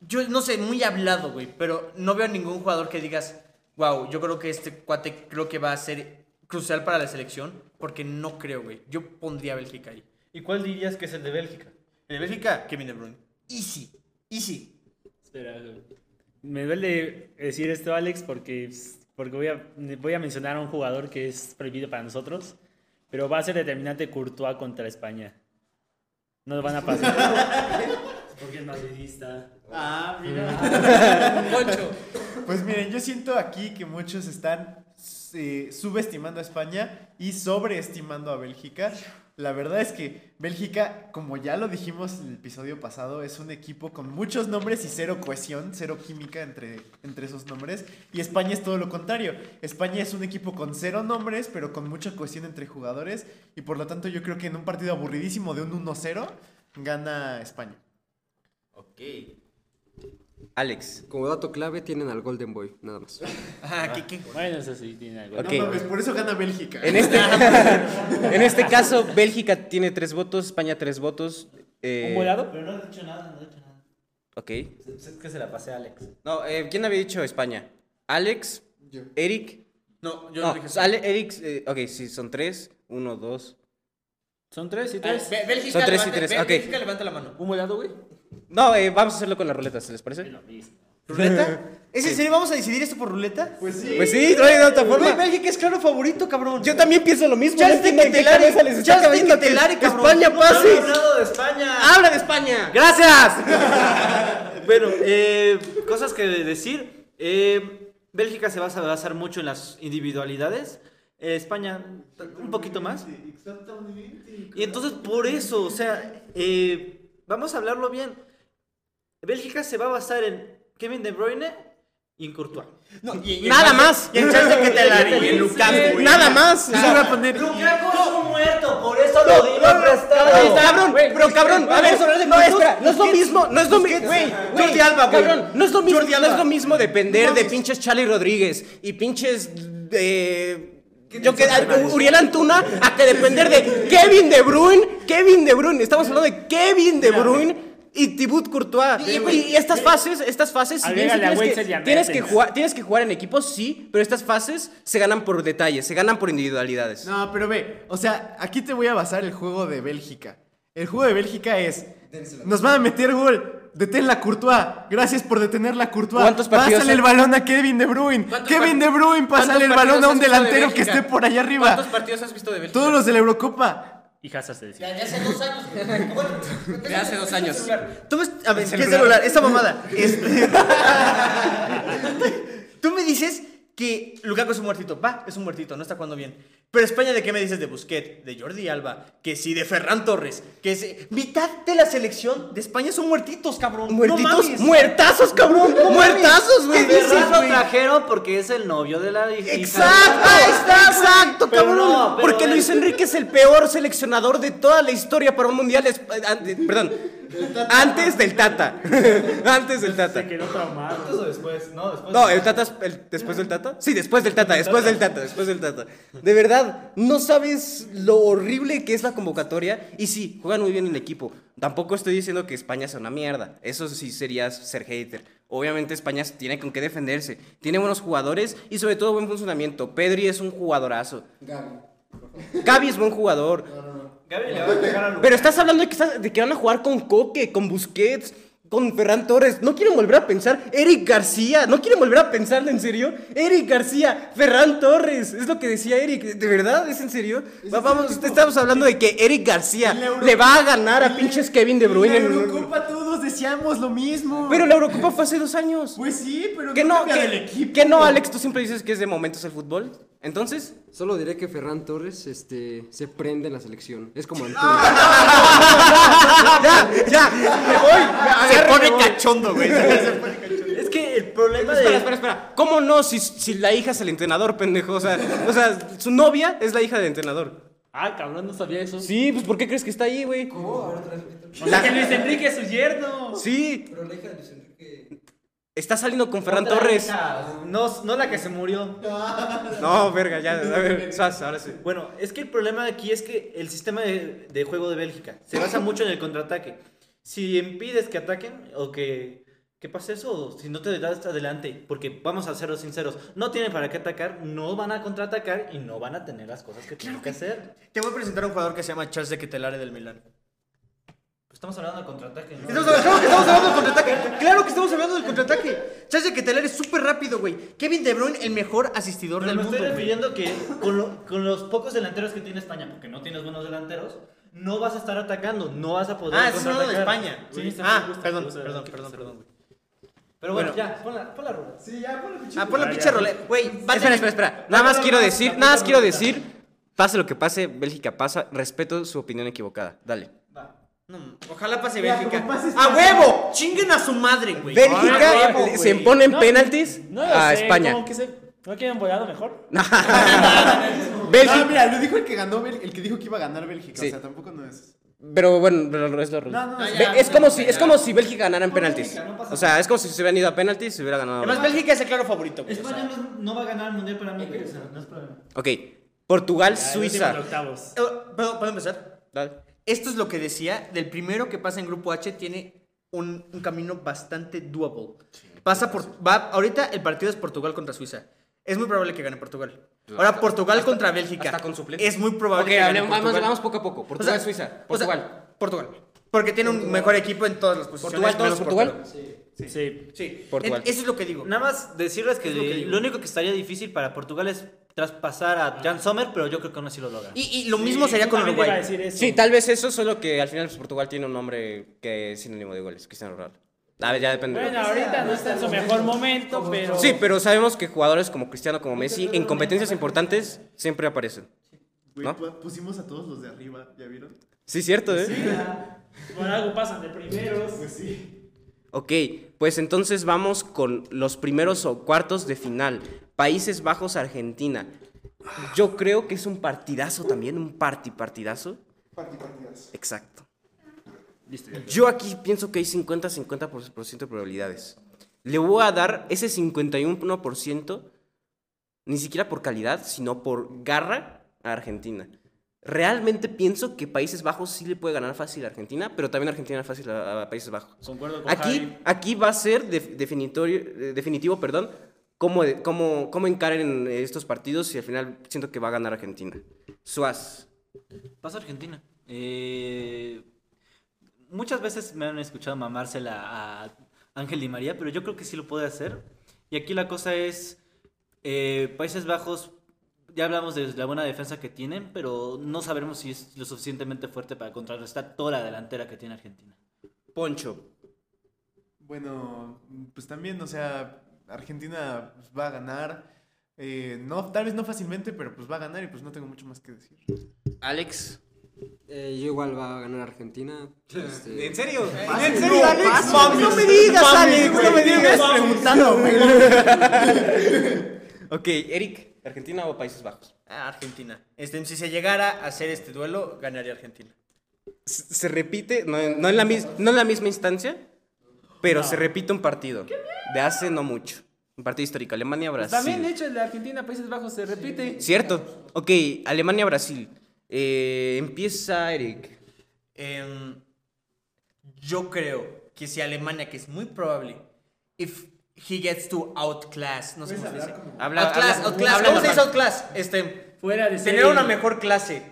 Yo no sé, muy hablado, güey. Pero no veo a ningún jugador que digas, wow, yo creo que este cuate creo que va a ser crucial para la selección. Porque no creo, güey. Yo pondría a Bélgica ahí. ¿Y cuál dirías que es el de Bélgica? El de Bélgica, Kevin De Bruyne. Easy, easy. Espera, me duele decir esto, Alex, porque, porque voy, a, voy a mencionar a un jugador que es prohibido para nosotros, pero va a ser determinante Courtois contra España. No lo van a pasar. porque es madridista. Ah, mira. Pues miren, yo siento aquí que muchos están eh, subestimando a España y sobreestimando a Bélgica. La verdad es que Bélgica, como ya lo dijimos en el episodio pasado, es un equipo con muchos nombres y cero cohesión, cero química entre, entre esos nombres. Y España es todo lo contrario. España es un equipo con cero nombres, pero con mucha cohesión entre jugadores. Y por lo tanto yo creo que en un partido aburridísimo de un 1-0, gana España. Ok. Alex. Como dato clave, tienen al Golden Boy, nada más. Ah. Ajá, ¿qué, qué? Bueno, eso sí, tiene algo. Ok. No mames, por eso gana Bélgica. En este, en este caso, Bélgica tiene tres votos, España tres votos. eh, ¿Un volado? Pero no has dicho nada, no has dicho nada. Ok. Pues Es que se la pasé a Alex. No, eh, ¿quién había dicho España? ¿Alex? ¿Eric? No, yo No, dije Ale- Eric, eh, ok, sí, son tres. Uno, dos. ¿Son tres y Ah, tres? Bé- Bélgica Son tres y levanta- tres, Bé- ok. Bélgica levanta la mano. ¿Un volado, güey? No, eh, vamos a hacerlo con las ruletas, ¿les parece? ¿Ruleta? ¿Es en serio? ¿Vamos a decidir esto por ruleta? Pues sí. Pues sí, trae de otra Güey, forma. Bélgica es claro favorito, cabrón. Yo también pienso lo mismo. no Justin entiendo en qué Telare, cabeza les está Justin cabiendo que Telare, cabrón. España pase. hablado de España! ¡Habla de España! ¡Gracias! Bueno, eh, cosas que decir. Eh, Bélgica se va a basar mucho en las individualidades. Eh, España t- un poquito más. Y entonces por eso, o sea, eh, vamos a hablarlo bien. Bélgica se va a basar en Kevin De Bruyne y en Courtois. No, y- y- Nada y- más. Y el chance que te la y el Lukaku, güey. Nada más. Lukaku es un muerto, por eso lo di prestado. Cabrón, pero cabrón, a ver, no, espera, no es lo mismo, no es lo mismo, güey, Jordi Alba, güey. Cabrón, no es lo mismo, no es lo mismo depender de pinches Charlie Rodríguez y pinches de yo que Uriel Antuna a que depender de Kevin De Bruyne, Kevin De Bruyne, estamos hablando de Kevin De Bruyne y Thibaut Courtois. Y, y estas fases, estas fases, si bien sí Agrégale a tienes, Witzel y que, a tienes que Mertens. jugar, tienes que jugar en equipos, sí, pero estas fases se ganan por detalles, se ganan por individualidades. No, pero ve, o sea, aquí te voy a basar el juego de Bélgica. El juego de Bélgica es. Nos van a meter gol. Detén la Courtois. Gracias por detener la Courtois. ¿Cuántos partidos Pásale el son? balón a Kevin De Bruyne. ¿Cuántos Kevin par- De Bruyne, pásale el ¿Cuántos balón a partidos un has visto de delantero que Bélgica? esté por allá arriba. ¿Cuántos partidos has visto de Bélgica? Todos los de la Eurocopa. Y Hazard se decía. De hace dos años. De hace dos años. Tú me, a ver, ¿qué celular? Esa mamada. Este- Tú me dices que Lukaku es un muertito. Va, es un muertito, no está jugando bien. Pero España, ¿de qué me dices? De Busquets, de Jordi Alba, que sí, de Ferran Torres, que es... Mitad de la selección de España son muertitos, cabrón. Muertitos, no mames. muertazos, cabrón, muertazos, güey. De verdad lo trajeron porque es el novio de la hija. Exacto, exacto, Pero cabrón. no, pero porque es- Luis Enrique es el peor seleccionador de toda la historia para un mundial. es- eh, ante- perdón, antes del Tata. antes del Tata. Se quedó traumado. o después? No, después. No, el Tata es- el- después del Tata. Sí, después del Tata, después del Tata, después del Tata. De verdad, no sabes lo horrible que es la convocatoria. Y sí, juegan muy bien el equipo. Tampoco estoy diciendo que España sea una mierda. Eso sí sería ser hater. Obviamente España tiene con qué defenderse. Tiene buenos jugadores y sobre todo buen funcionamiento. Pedri es un jugadorazo. Gaby es buen jugador. Gaby le va a pegar a Pero estás hablando de que, estás- de que van a jugar con Coque, con Busquets, con Ferran Torres. No quieren volver a pensar. Eric García. No quieren volver a pensarlo en serio. Eric García, Ferran Torres. Es lo que decía Eric. ¿De verdad? ¿Es en serio? Va- Vamos, estamos hablando de que Eric García En la Euro- le va a ganar a pinches Kevin De Bruyne. En en- la Eurocopa todos deseamos lo mismo. Pero la Eurocopa fue hace dos años. Pues sí, pero Que no, cambia del que, equipo. que no, Alex, tú siempre dices que es de momentos el fútbol. Entonces, Solo diré que Ferran Torres este, se prende en la selección. Es como Antuna. ya, ya, me voy. Se pone cachondo, güey. Es que el problema Espera, de. espera, espera. ¿Cómo no si, si la hija es el entrenador, pendejo? O sea, o sea, su novia es la hija del entrenador. Ah, cabrón, no sabía eso. Sí, pues ¿por qué crees que está ahí, güey? O sea, que Luis Enrique es su yerno. Sí. Pero la hija de Luis Está saliendo con Ferran Torres. No, no la que se murió. No, verga, ya. A ver, Suaz, ahora sí. Bueno, es que el problema aquí es que el sistema de, de juego de Bélgica se basa mucho en el contraataque. Si impides que ataquen o que, que pase eso, si no te das adelante, porque vamos a ser sinceros, no tienen para qué atacar, no van a contraatacar y no van a tener las cosas que tienen que hacer. Te voy a presentar a un jugador que se llama Charles de Ketelare del Milán. Estamos hablando de contraataque, ¿no? Estamos hablando, claro que estamos hablando del contraataque. Claro que estamos hablando del contraataque. Charles de Ketelare es súper rápido, güey. Kevin De Bruyne, el mejor asistidor Pero del me mundo. estoy güey. refiriendo que con, lo- con los pocos delanteros que tiene España, porque no tienes buenos delanteros, no vas a estar atacando, no vas a poder. Ah, estás hablando de contraatacar. España. Sí, está bien, ah, justo, perdón, justo, perdón, justo. perdón, perdón, güey. Pero bueno, ya, pon la, pon la rola. Ah, pon la pinche roleta. Güey, va a Espera, tener- espera, espera. Nada más quiero decir, nada más quiero decir. Pase lo que pase, Bélgica pasa. Respeto su opinión equivocada. Dale. No, ojalá pase Bélgica. ¡A huevo! ¡Chinguen a su madre, güey! Bélgica ¡A huevo, eh, güey! se impone en No, penaltis No lo a Ah, sé, España. como que se- ¿No quieren volado mejor? Ah, No, Bélgica. mira, lo dijo el que ganó, Bel- el que dijo que iba a ganar Bélgica. Sí. O sea, tampoco no es. Pero bueno, pero es lo No, no, no. Ve- ya, es no, como ya, si ya. es como si Bélgica ganara en penaltis. O sea, es como si se hubieran ido a penaltis y se hubiera ganado. Además, Bélgica es el claro favorito, güey. o sea. España no, no va a ganar el mundial para mí, güey, o sea, no es problema. Ok. Portugal, Últimos Suiza. octavos. Eh, ¿Puedo, puedo empezar? Dale. Esto es lo que decía, del primero que pasa en grupo H tiene un, un camino bastante doable. Pasa por va ahorita el partido es Portugal contra Suiza. Es muy probable que gane Portugal. Ahora Portugal contra Bélgica. hasta con suplentes. Es muy probable que gane hablemos- Portugal. poco a poco. O sea, o sea, Portugal. Porque tiene un mejor equipo en todas las posiciones. Portugal, todos menos Portugal. Sí. Sí. Portugal. En- Eso es lo que digo. Nada más decirles que lo que lo, digo. único que estaría difícil para Portugal es traspasar a Jan Sommer, pero yo creo que aún así lo logra. Y, y lo mismo Sí, sería yo con también iba a Uruguay. decir eso. Sí, tal vez eso, solo que al final pues, Portugal tiene un nombre que es sinónimo de goles, Cristiano Ronaldo. A ver, ya depende. Bueno, ahorita no está en su mejor momento, pero. Sí, pero sabemos que jugadores como Cristiano, como Messi, en competencias importantes siempre aparecen. Güey, ¿No? pu- pusimos a todos los de arriba, ¿ya vieron? Sí, cierto, ¿eh? Por algo pasan de primeros. Pues Ok, pues entonces vamos con los primeros o cuartos de final. Países Bajos, Argentina. Yo creo que es un partidazo también, un party partidazo. Exacto. Yo aquí pienso que hay 50-50% de probabilidades. Le voy a dar ese 51%, ni siquiera por calidad, sino por garra a Argentina. Realmente pienso que Países Bajos sí le puede ganar fácil a Argentina, pero también Argentina fácil a, a Países Bajos. Concuerdo con Aquí, Javi. aquí va a ser def- definitorio- eh, definitivo perdón, cómo, cómo, cómo encaren estos partidos y al final siento que va a ganar Argentina. Suaz. Pasa Argentina. Eh, muchas veces me han escuchado mamársela a Ángel Di María, pero yo creo que sí lo puede hacer. Y aquí la cosa es, eh, Países Bajos, ya hablamos de la buena defensa que tienen, pero no sabremos si es lo suficientemente fuerte para contrarrestar toda la delantera que tiene Argentina. Poncho. Bueno, pues también, o sea, Argentina pues, va a ganar. Eh, no, tal vez no fácilmente, pero pues va a ganar y pues no tengo mucho más que decir. Alex. Eh, yo igual va a ganar Argentina. este, serio? ¿En serio, Alex? no me digas, Alex. No me digas. preguntando, Ok, Eric, ¿Argentina o Países Bajos? Argentina. Este, si se llegara a hacer este duelo, ganaría Argentina. Se se repite, no, en- no en, la mis- no en la misma instancia, pero se repite un partido de hace no mucho. Un partido histórico, Alemania-Brasil. Pues También, de hecho, el de Argentina, Países Bajos se repite. Cierto. Ok, Alemania-Brasil. Eh, empieza Eric. Em, yo creo que si Alemania, que es muy probable, if he gets to outclass, no sé cómo se dice. Habla- outclass, habla- outclass. habla ¿Cómo se dice normal. outclass? Este, Fuera de tener serie. una mejor clase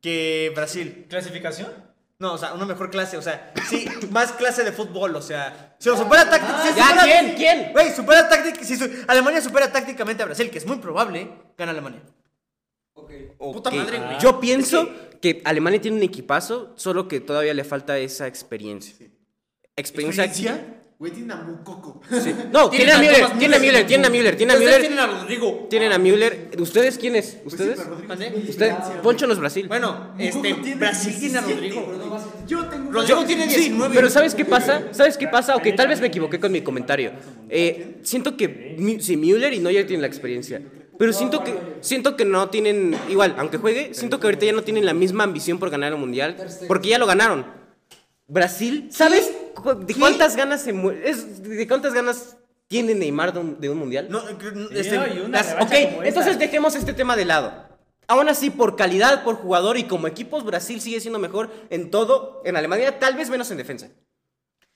que Brasil. ¿Clasificación? No, o sea, una mejor clase, o sea, sí, más clase de fútbol, o sea, si lo supera tácticamente. ya, ¿quién? ¿Quién? Güey, supera táctica. Si su- Alemania supera tácticamente a Brasil, que es muy probable, gana Alemania. Puta Ok, madre, güey. Yo pienso que Alemania tiene un equipazo, solo que todavía le falta esa experiencia. Experiencia. Güey, tiene a Mucoco. Sí. No, tiene a Müller, tiene a Müller, tiene a Müller, tiene a Ustedes Müller. tienen a Rodrigo. Tienen a Müller. ¿Ustedes quiénes? ¿Ustedes? ¿Mande? Usted, Poncho no es Brasil. Bueno, este, Brasil tiene a Rodrigo. Yo tengo Rodrigo tiene Sí, 19. pero ¿sabes qué pasa? ¿Sabes qué pasa? Ok, tal vez me equivoqué con mi comentario. Eh, siento que Mü- sí, Müller y Neuer tienen la experiencia. Pero siento que, siento que no tienen, igual, aunque juegue, siento que ahorita ya no tienen la misma ambición por ganar el Mundial. Porque ya lo ganaron. Brasil, ¿sabes cu- de cuántas ganas se mu- es- ¿De cuántas ganas tiene Neymar de un, de un mundial? No, no, Sí, este, no, y una Las- ok, revancha como esta. entonces dejemos este tema de lado. Aún así, por calidad, por jugador y como equipos, Brasil sigue siendo mejor en todo, en Alemania, tal vez menos en defensa.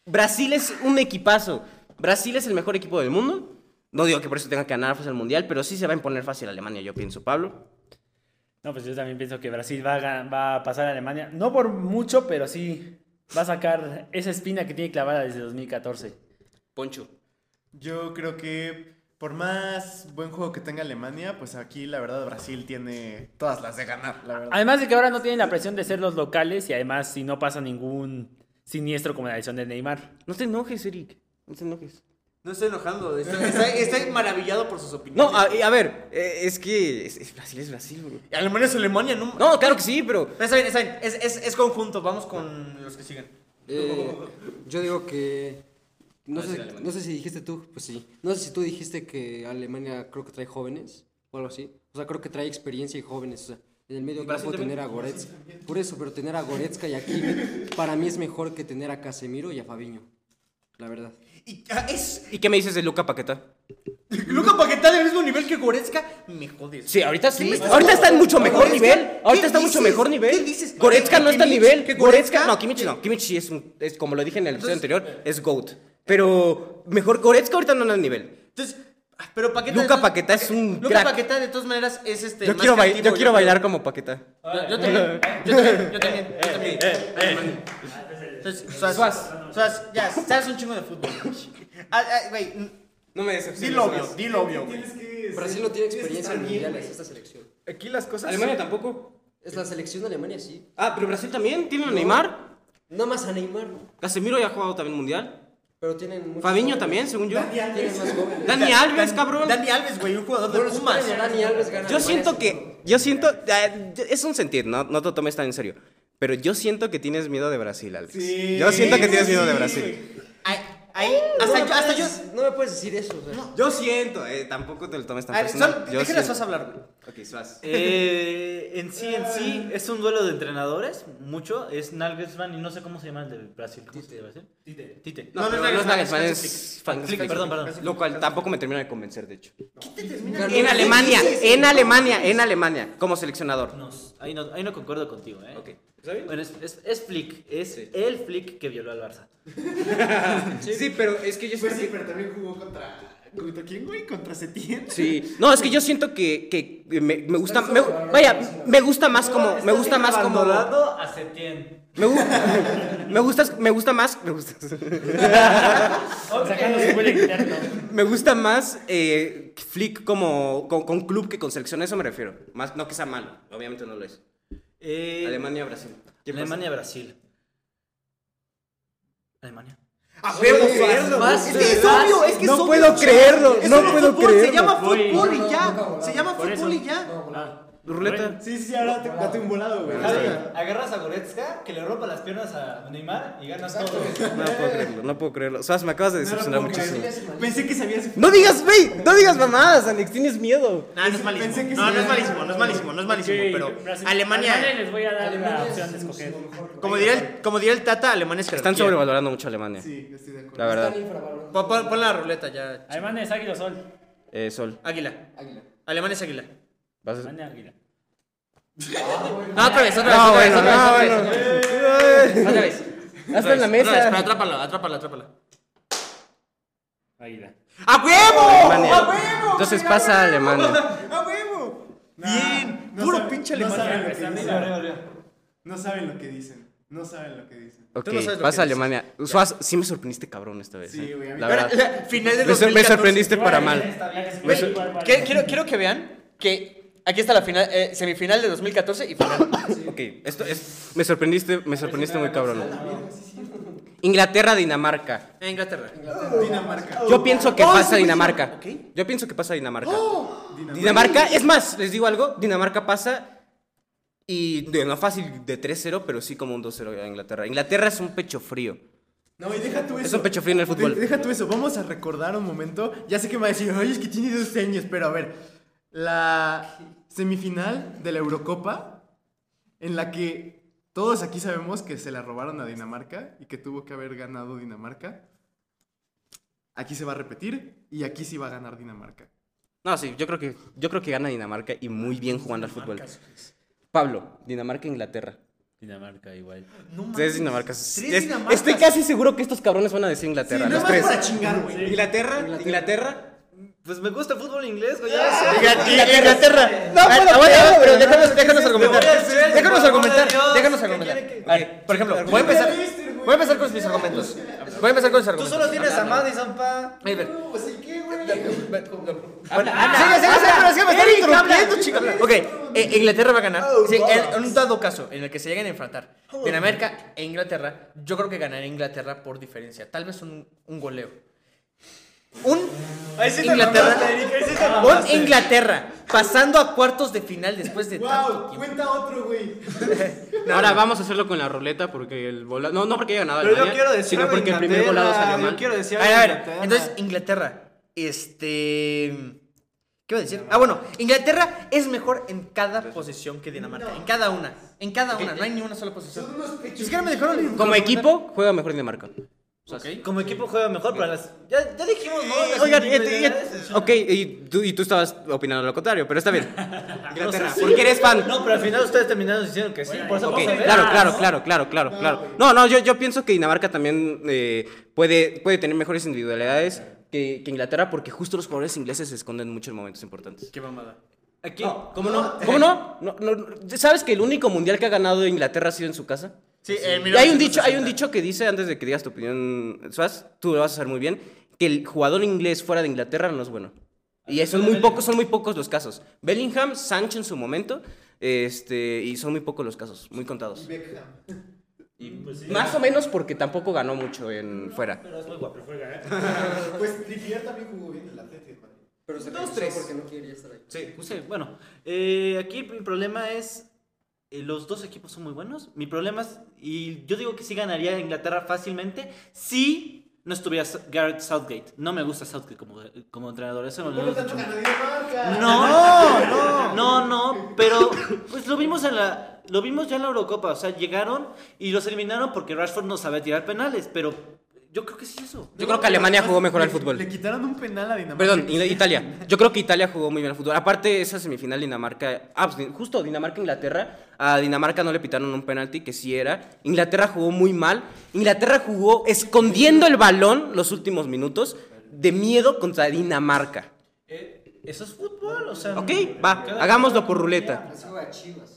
Brasil es un equipazo. Brasil es el mejor equipo del mundo. No digo que por eso tenga que ganar fácil el mundial, pero sí se va a imponer fácil a Alemania, yo pienso, Pablo. No, pues yo también pienso que Brasil va a, gan- va a pasar a Alemania. No por mucho, pero sí va a sacar esa espina que tiene clavada desde 2014. Poncho. Yo creo que por más buen juego que tenga Alemania, pues aquí la verdad Brasil tiene todas las de ganar, la verdad. Además de que ahora no tienen la presión de ser los locales y además si no pasa ningún siniestro como la lesión de Neymar. No te enojes, Eric. No te enojes. no estoy enojando, estoy, estoy- estoy maravillado por sus opiniones. No, a, a ver, eh, es que es- es- Brasil es Brasil, bro. Alemania es Alemania, no. No, claro que sí, pero Pero está bien, está bien, Es, es- es conjunto, vamos con los que siguen. Eh, yo digo que. No sé, no sé si dijiste tú, pues sí. No sé si tú dijiste que Alemania creo que trae jóvenes o algo así. O sea, creo que trae experiencia y jóvenes. O sea, en el medio campo tener a Goretzka. Por eso, pero tener a Goretzka y a Kimmich para mí es mejor que tener a Casemiro y a Fabiño. La verdad. Y, ah, es ¿y qué me dices de Luca Paquetá? Luca Paquetá del mismo nivel que Goretzka, me jodes. Sí, ahorita sí. ¿Qué? Ahorita está en mucho mejor ¿Goretzka? nivel. Ahorita ¿Qué está mucho dices? mejor nivel. ¿Qué dices? Goretzka no está al ¿Kimmich? nivel. ¿Qué Goretzka, eh, Goretzka? no, Kimmich no. Kimmich sí es, un- es como lo dije en el episodio anterior, es GOAT. Pero mejor Goretzka ahorita no anda al nivel. Entonces, ah, pero Paquetá. Luka de- Paquetá es un Luka crack. Paquetá, de todas maneras, es este. Yo más quiero, bail- creativo, Ah, yo quiero bailar como Paquetá. Yo, yo también. Yo también. Yo también. Eh, Yo también. Entonces, Suaz, Suaz, ya, sabes un chingo de fútbol. Ah, ah, güey, n- No me decepciones. dilo obvio, dilo obvio. güey. Brasil no tiene experiencia en mundiales, esta selección. Aquí las cosas Alemania tampoco. Es la selección de Alemania, sí. Ah, pero Brasil también. Tiene a Neymar. Nada más a Neymar, ¿no? Casemiro ya ha jugado también mundial. Pero tienen. muchos Fabiño jóvenes. también, según yo. Tienen más jóvenes. Dani Alves, cabrón. Dani Alves, güey, un jugador No de los Pumas. superan, Dani Alves gana Yo Alemania, siento seguro. que, yo siento, eh, es un sentir, no, no te lo tomes tan en serio, pero yo siento que tienes miedo de Brasil, Alex. yo siento que tienes miedo de Brasil. Ahí, ahí, Uh, hasta yo, pues. hasta yo. No me puedes decir eso, o sea. Yo siento, eh, tampoco te lo tomes tan A ver, personal. solo- Yo déjala siento- a Suaz hablar, güey. Ah. Ok, Suaz. Eh, en sí, en sí, es un duelo de entrenadores, mucho. Es Nagelsmann y no sé cómo se llama el de Brasil. ¿Cómo se llama ese? Tite. Tite. No, no, no, no es Nagelsmann, es Frank Flick, Flick. perdón, perdón. Lo cual tampoco me termina de convencer, de hecho. Ganó- En Alemania, en Alemania, en Alemania, como seleccionador. Nos- ahí, no, ahí no concuerdo contigo, ¿eh? Bueno, es, es, es Flick, es el Flick que violó al Barça. Sí, pero es que yo Pues sí, pero también jugó contra. ¿Contra quién, güey? ¿Contra Setién? Sí, no, es que yo siento que, que me, me gusta, me- vaya, me gusta más como, me gusta más como... Abandonando a Setién. Me, gu- me gusta, me gusta más, me gusta, Sacando su huella interno. me gusta más eh, Flick como con, con club que con selección, a eso me refiero. Más, no que sea malo, obviamente no lo es. Eh, Alemania, Brasil. ¿Quién pasa? Alemania, Brasil. Alemania. A huevo, Suaz. más Es que es verdad. obvio, es que es No obvio, puedo Suaz. creerlo, Es no obvio, puedo fútbol, Se creerlo. llama Voy. fútbol y ya. Se llama Por eso. fútbol y ya. Ah. Ruleta. Sí, sí, ahora te- date un volado, güey. Agarras a Goretzka, que le rompa las piernas a Neymar y ganas todo. No puedo creerlo, no puedo creerlo. Suaz, me acabas de decepcionar muchísimo. Pensé que sabías. No digas, güey, no digas mamadas, Alex, tienes miedo. No, no es Pensé malísimo. que No, sí. no es malísimo, no es malísimo, no es malísimo. Ok, Pero Brasil- Alemania, les voy a dar la opción de escoger. como diría el, como diría el Tata, Alemania es Están jerarquía. sobrevalorando mucho a Alemania, Sí, estoy de acuerdo. la verdad. Pon, pon- pon la ruleta ya. Alemania es Águila Sol. Eh, Sol, Águila. Águila. Alemania es águila. vas a- Alemania Águila. No, otra vez, otra vez. No, otra vez, bueno, otra no, vez, bueno. otra vez, Otra vez. Hazlo en la Otra vez, pero mesa. atrápala, atrápala, atrápala. Águila. ¡A huevo! Alemania. ¡A huevo! Entonces pasa Alemania. ¡A huevo! Bien, No puro saben- pinche no alemán. saben lo que dicen. No saben lo que dicen. No saben lo que dicen. Ok, Tú no sabes lo pasa que Alemania. Suaz, sí me sorprendiste cabrón esta vez. Sí, eh, güey, a mí la también. verdad. La final de Me, sor- me 2014. sorprendiste para mal. Está bien, Güey, igual, igual, que- igual. Pues, quiero, quiero que vean que aquí está la final, eh, semifinal de 2014 y final. Ok, esto es, me sorprendiste, me sorprendiste muy cabrón. Inglaterra, Dinamarca. En Inglaterra. Dinamarca. Yo pienso que Oh, pasa sí, Dinamarca. ok. Oh. Yo pienso que pasa Dinamarca. Dinamarca, es más, les digo algo, Dinamarca pasa y de, no fácil de 3-0, pero sí como un 2-0 a Inglaterra. Inglaterra es un pecho frío. No, y deja tú eso. Es un pecho frío en el fútbol. De- Deja tú eso. Vamos a recordar un momento. Ya sé que me va a decir, ay, es que tiene 12 años, pero a ver. La semifinal de la Eurocopa, en la que todos aquí sabemos que se la robaron a Dinamarca y que tuvo que haber ganado Dinamarca. aquí se va a repetir y aquí sí va a ganar Dinamarca. No, sí, yo creo que, yo creo que gana Dinamarca y muy bien jugando al fútbol. Pablo, Dinamarca, Inglaterra. Dinamarca igual. Ustedes Dinamarca. Es- Tres es- Dinamarcas. estoy casi seguro que estos cabrones van a decir Inglaterra. no los más tres. para chingar, güey. Inglaterra, Inglaterra. Pues me gusta el fútbol inglés, güey. ya sé. Inglaterra. No, Ah, pero, aguanta, aguanta, pero pero déjanos, déjanos Te voy a argumentar. decir, por favor Déjanos de argumentar. Dios, Déjanos ¿qué argumentar. quiere que- A ver, por ejemplo, voy a empezar. Voy a empezar con mis argumentos. Voy a empezar con mis Tú argumentos. solo tienes a Madison, pa. Ahí ver. Bueno, Ah, sigue, sigue, sigue, pero es que me están interrumpiendo, chicos. Ok, eh, Inglaterra va a ganar. Sí, en, en un dado caso en el que se lleguen a enfrentar Dinamarca e Inglaterra, yo creo que ganará Inglaterra por diferencia. Tal vez un, un goleo. Un Ahí sí te Inglaterra. mamaste, Eric, ahí sí te Un mamaste. Inglaterra pasando a cuartos de final después de tanto ¡Wow! tiempo. Cuenta otro, güey. Ahora vamos a hacerlo con la ruleta porque el volado. No, no porque haya ganado Pero yo Alemania, quiero decir sino algo porque el primer volado Inglaterra, salió yo mal. quiero decir A ver, algo a ver, Inglaterra. Entonces, Inglaterra. Este. ¿Qué iba a decir? Ah, bueno, Inglaterra es mejor en cada posición que Dinamarca. En cada una. En cada una. No eh, hay ni una sola posición. Ni siquiera me dejaron. Como equipo, juega mejor Dinamarca. Como equipo juega mejor, pero las. Ya, ya dijimos, ¿no? Las Oigan, y- este, individualidades. y- ok, y tú, y tú estabas opinando lo contrario, pero está bien. Inglaterra, porque eres fan. No, pero al final ustedes terminaron diciendo que sí. Por eso Ok, vamos a ver. claro, claro, claro, claro, claro, claro. No, no, yo, yo pienso que Dinamarca también eh, puede, puede tener mejores individualidades que, que Inglaterra porque justo los jugadores ingleses se esconden mucho en momentos importantes. Qué mamada. Aquí. ¿Cómo no? ¿Cómo no? No, no, ¿Sabes que el único mundial que ha ganado Inglaterra ha sido en su casa? Sí, eh, Y hay un dicho, hay un dicho que dice, antes de que digas tu opinión, Suaz, tú lo vas a hacer muy bien, que el jugador inglés fuera de Inglaterra no es bueno. Y son muy pocos, son muy pocos los casos. Bellingham, Sancho en su momento, este, y son muy pocos los casos, muy contados. Más o menos porque tampoco ganó mucho en fuera. Pues Trippier también jugó bien en la Atlético. Pero se dos, tres. porque no quería estar ahí. Sí, no sé, bueno. eh, aquí mi problema es. eh, los dos equipos son muy buenos. Mi problema es. Y yo digo que sí ganaría Inglaterra fácilmente si no estuviera Sa- Gareth Southgate. No me gusta Southgate como, como entrenador. Eso no lo hemos dicho. No, no, no, no, pero pues lo vimos en la lo vimos ya en la Eurocopa, o sea, llegaron y los eliminaron porque Rashford no sabía tirar penales, pero yo creo que sí eso. Yo creo que Alemania jugó mejor al fútbol. Le quitaron un penal a Dinamarca. Perdón, Ingl- Italia. Yo creo que Italia jugó muy bien al fútbol. Aparte, esa semifinal Dinamarca. ah, pues, justo Dinamarca-Inglaterra. A Dinamarca no le pitaron un penalti, que sí era. Inglaterra jugó muy mal. Inglaterra jugó escondiendo el balón los últimos minutos de miedo contra Dinamarca. Eso es fútbol, o sea, Ok, va, hagámoslo por ruleta. Así juega Chivas.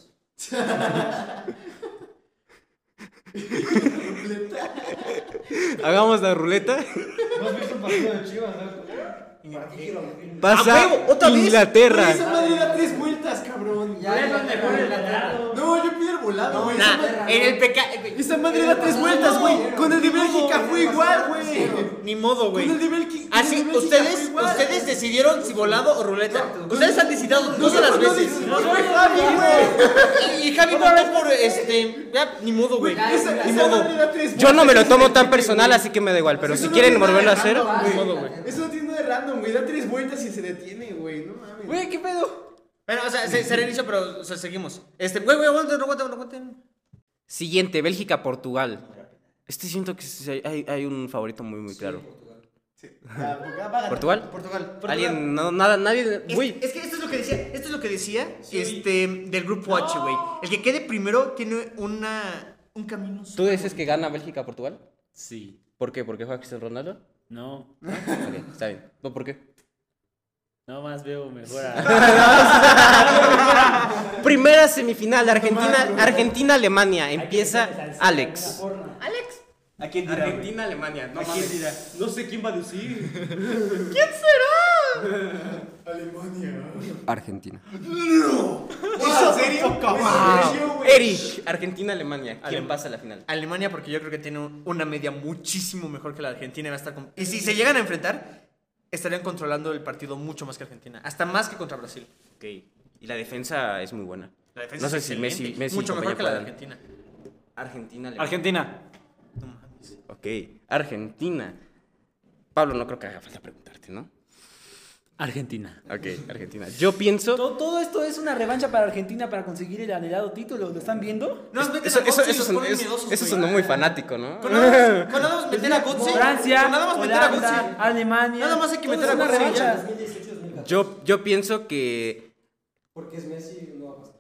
Hagamos la ruleta. ¡A huevo! ¿Otra Pasa vez? Inglaterra. Esa madre da tres vueltas, cabrón. Ya es donde pone el No, yo pide el volado, güey. Esa madre- Nah, en el PK. Esa madre da tres vueltas, güey. Con el de Bélgica fue igual, güey. Ni modo, güey. Con el de Bélgica. con Así, el de Bélgica fue ustedes, igual. ustedes decidieron si volado o ruleta. Ustedes han decidido dos de las No veces. decidimos, fue Javi, güey. Y y Javi votó por este. Ya, ni modo, güey. Esa Ni esa modo. madre da tres Yo no me lo tomo tan vueltas, personal, güey. así que me da igual. Pero Eso si no quieren tiene nada volverlo a de hacer. random, ni güey. modo, güey. Eso no tiene nada de random, güey. Da tres vueltas y se detiene, güey. No mames. Güey, ¿qué pedo? Bueno, o sea, se, se reinicia, pero o sea, seguimos. Este, güey, güey, aguanten, aguanten, aguanten. Siguiente, Bélgica-Portugal. Este siento que sí hay, hay- hay un favorito muy, muy claro. ¿Portugal? Portugal. Alguien, no, nada, nadie. Es, Uy, es que esto es lo que decía, esto es lo que decía este, del grupo H, güey. El que quede primero tiene una, un camino. ¿tú dices que gana Bélgica-Portugal? Sí. ¿Por qué? ¿Porque juega Cristiano Ronaldo? No. Ok, está bien. ¿No por qué? No más veo mejor a. Primera semifinal, Argentina, Argentina-Alemania. Empieza Alex. ¿a quién dirá? güey? Argentina-Alemania, no ¿A quién dirá? No sé quién va a decir. Argentina. ¿En serio? Ah. Erich, Argentina-Alemania. ¿Quién Alem- pasa a la final? Alemania, porque yo creo que tiene un- una media muchísimo mejor que la Argentina. y Va a estar con- y si se llegan a enfrentar, estarían controlando el partido mucho más que Argentina. Hasta más que contra Brasil. Ok. Y la defensa es muy buena. La defensa No sé es si excelente, Messi, Messi y Mucho mejor compañía que la de puedan. Argentina. Argentina-Alemania. Argentina. Ok, Argentina. Pablo, no creo que haga falta preguntarte, ¿no? Argentina. Ok, Argentina. Yo pienso. Todo, todo esto es una revancha para Argentina para conseguir el anhelado título. ¿Lo están viendo? No, meten Eso, a eso, Gotze y eso, los son- ponen es- miedosos, eso güey. sonó muy fanático, ¿no? Con nada, con nada más meter a Gotze. Francia, Con nada más meter a Holanda, Gotze. Alemania. Nada más hay que todo meter es a una Gotze y revancha. Yo, yo pienso que. Porque es Messi, no va a pasar.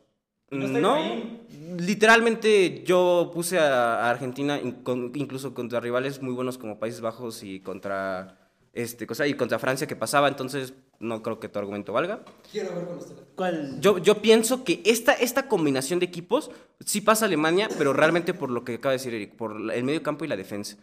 No. Literalmente yo puse a a Argentina in- con- incluso contra rivales muy buenos como Países Bajos y contra este cosa y contra Francia que pasaba, entonces no creo que tu argumento valga. ¿Cuál? Yo, yo pienso que esta, esta combinación de equipos sí pasa a Alemania, pero realmente por lo que acaba de decir Eric, por la- el medio campo y la defensa.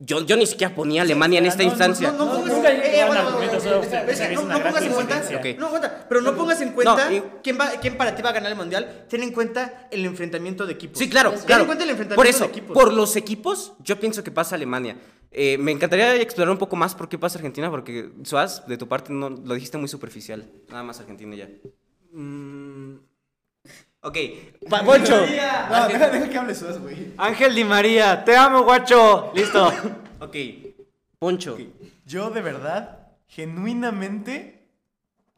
Yo, yo ni siquiera ponía a Alemania en esta no, no, instancia. No, no No, pongas nunca en llegan eh, bueno, argumentos, bueno, solo bueno, ustedes es que no- una no gran pongas en cuenta. diferencia. No, aguanta, pero no pongas en cuenta y- quién, va, quién para ti va a ganar el mundial. Ten en cuenta el enfrentamiento de equipos. Sí, claro, Ten claro. en cuenta el enfrentamiento Por eso, de equipos. por los equipos, yo pienso que pasa Alemania. Eh, me encantaría explorar un poco más por qué pasa Argentina, porque Suaz, de tu parte, no, lo dijiste muy superficial. Nada más Argentina y ya. Mm. Ok. Va, Poncho. Ah. No, deja, deja que hable Suaz, güey. Ángel Di María, te amo, guacho. Listo. Ok, Poncho. Yo de verdad, genuinamente,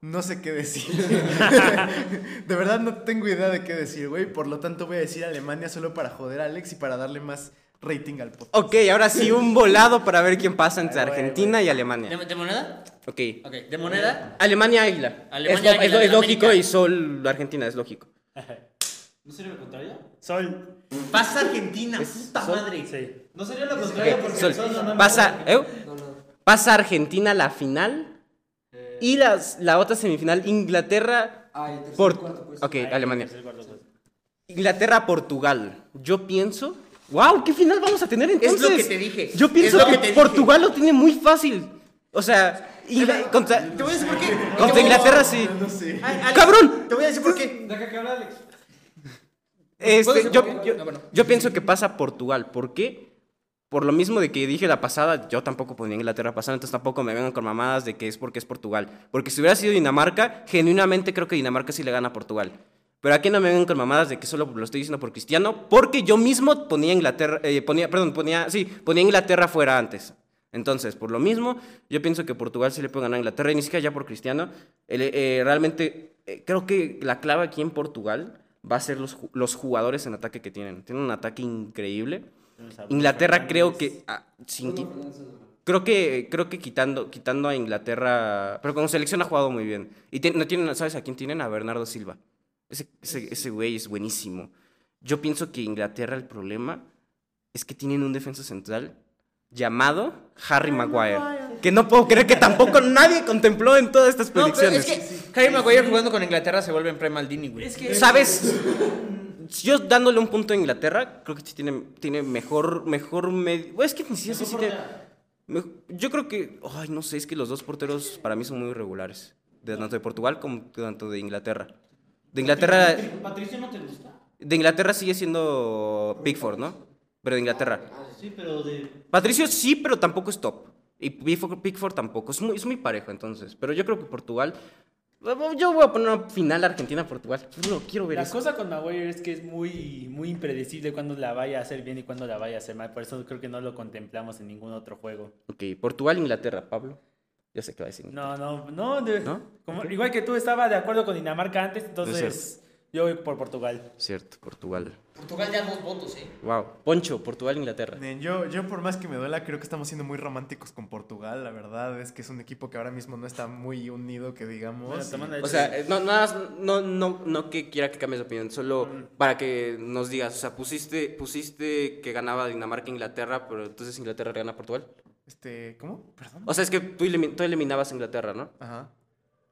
no sé qué decir. de verdad no tengo idea de qué decir, güey. Por lo tanto voy a decir Alemania solo para joder a Alex y para darle más rating al podcast. Ok, ahora sí, un volado para ver quién pasa entre Ay, güey, Argentina y Alemania. ¿De, de moneda? Ok. Ok, de moneda. Alemania Águila. Alemania, es, lo- es águila, lo- es lógico América. y Sol Argentina, es lógico. ¿No sería lo contrario? Sol. Pasa Argentina, puta madre. Sí. No sería lo contrario porque Sol. nosotros no- Pasa, ¿eh? pasa Argentina a la final Eh. y las, la otra semifinal Inglaterra Ah, por pues. Ok, Alemania. Inglaterra-Portugal. Yo pienso. ¡Wow! ¿Qué final vamos a tener entonces? lo que te dije. Yo pienso Es lo que, que te dije. Portugal lo tiene muy fácil. O sea, Ingla- contra, Te voy a decir por qué. contra Inglaterra sí. Ay, Alex, ¡Cabrón! Te voy a decir por qué. Este, decir yo, por qué? yo- Ah, bueno. yo pienso que pasa Portugal. ¿Por qué? Por lo mismo de que dije la pasada, yo tampoco ponía a Inglaterra pasar, entonces tampoco me vengan con mamadas de que es porque es Portugal. Porque si hubiera sido Dinamarca, genuinamente creo que Dinamarca sí le gana a Portugal. Pero aquí no me vengan con mamadas de que solo lo estoy diciendo por Cristiano, porque yo mismo ponía Inglaterra, eh, ponía, perdón, ponía, sí, ponía Inglaterra fuera antes. Entonces, por lo mismo, yo pienso que Portugal sí le puede ganar a Inglaterra, y ni siquiera ya por Cristiano. El, eh, realmente, eh, creo que la clave aquí en Portugal va a ser los, ju- los jugadores en ataque que tienen. Tienen un ataque increíble. Inglaterra creo que... ah, sin qui- creo que creo que quitando, quitando a Inglaterra... Pero como selección ha jugado muy bien. Y tien- no tienen, ¿sabes a quién tienen? A Bernardo Silva. Ese, ese, ese güey es buenísimo. Yo pienso que Inglaterra el problema es que tienen un defensa central llamado Harry Maguire. Que no puedo creer que tampoco nadie contempló en todas estas No, pero predicciones. es que Harry Maguire jugando con Inglaterra se vuelve en pre Maldini, güey. Es que. ¿Sabes? Yo dándole un punto a Inglaterra, creo que sí tiene, tiene mejor, mejor medio. Es que ni siquiera sé si tiene- Mejo- Yo creo que. Ay, no sé, es que los dos porteros para mí son muy regulares. De- Tanto de Portugal como tanto de Inglaterra. De Inglaterra. ¿Patricio no te gusta? De Inglaterra sigue siendo Pickford, ¿no? Pero de Inglaterra. Sí, pero de. Patricio sí, pero tampoco es top. Y Pickford, Pickford tampoco. Es muy, es muy parejo entonces. Pero yo creo que Portugal. Yo voy a poner una final Argentina-Portugal. Juro, quiero ver La eso. cosa con Maguire es que es muy, muy impredecible cuando la vaya a hacer bien y cuando la vaya a hacer mal. Por eso creo que no lo contemplamos en ningún otro juego. Ok, Portugal, Inglaterra, Pablo. Ya sé qué va a decir. No, no, no. de- ¿No? como- igual que tú estaba de acuerdo con Dinamarca antes, No es entonces yo voy por Portugal. Cierto, Portugal. Portugal ya dos votos, eh. Wow. Poncho, Portugal, Inglaterra. Nen, Yo, yo por más que me duela, creo que estamos siendo muy románticos con Portugal. La verdad es que es un equipo que ahora mismo no está muy unido, que digamos. Bueno, tomando el O sea, eh, no, nada más, no, no, no que quiera que cambies de opinión, solo Mm. para que nos digas, o sea, pusiste, pusiste que ganaba Dinamarca Inglaterra, pero entonces Inglaterra le gana a Portugal. Este, ¿cómo? Perdón. O sea, es que tú, elimi- tú eliminabas a Inglaterra, ¿no? Ajá.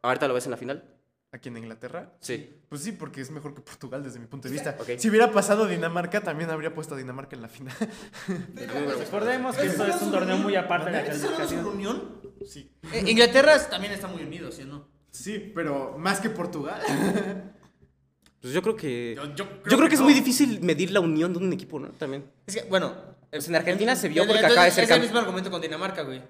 Ahorita lo ves en la final. Aquí en Inglaterra. Sí. Pues sí, porque es mejor que Portugal desde mi punto de vista. Ok. Si hubiera pasado Dinamarca, también habría puesto a Dinamarca en la final. pues, Recordemos que esto es un torneo muy aparte de la clasificación. unión? sí. Eh, Inglaterra también está muy unido, ¿sí o no? Sí, pero más que Portugal. Pues yo creo que. Yo- Yo, yo creo creo, que que, es no. muy difícil medir la unión de un equipo, ¿no? También. Es que, bueno. Pues en Argentina se vio eh, entonces, porque acaba de es ser el cam- mismo argumento con Dinamarca, güey.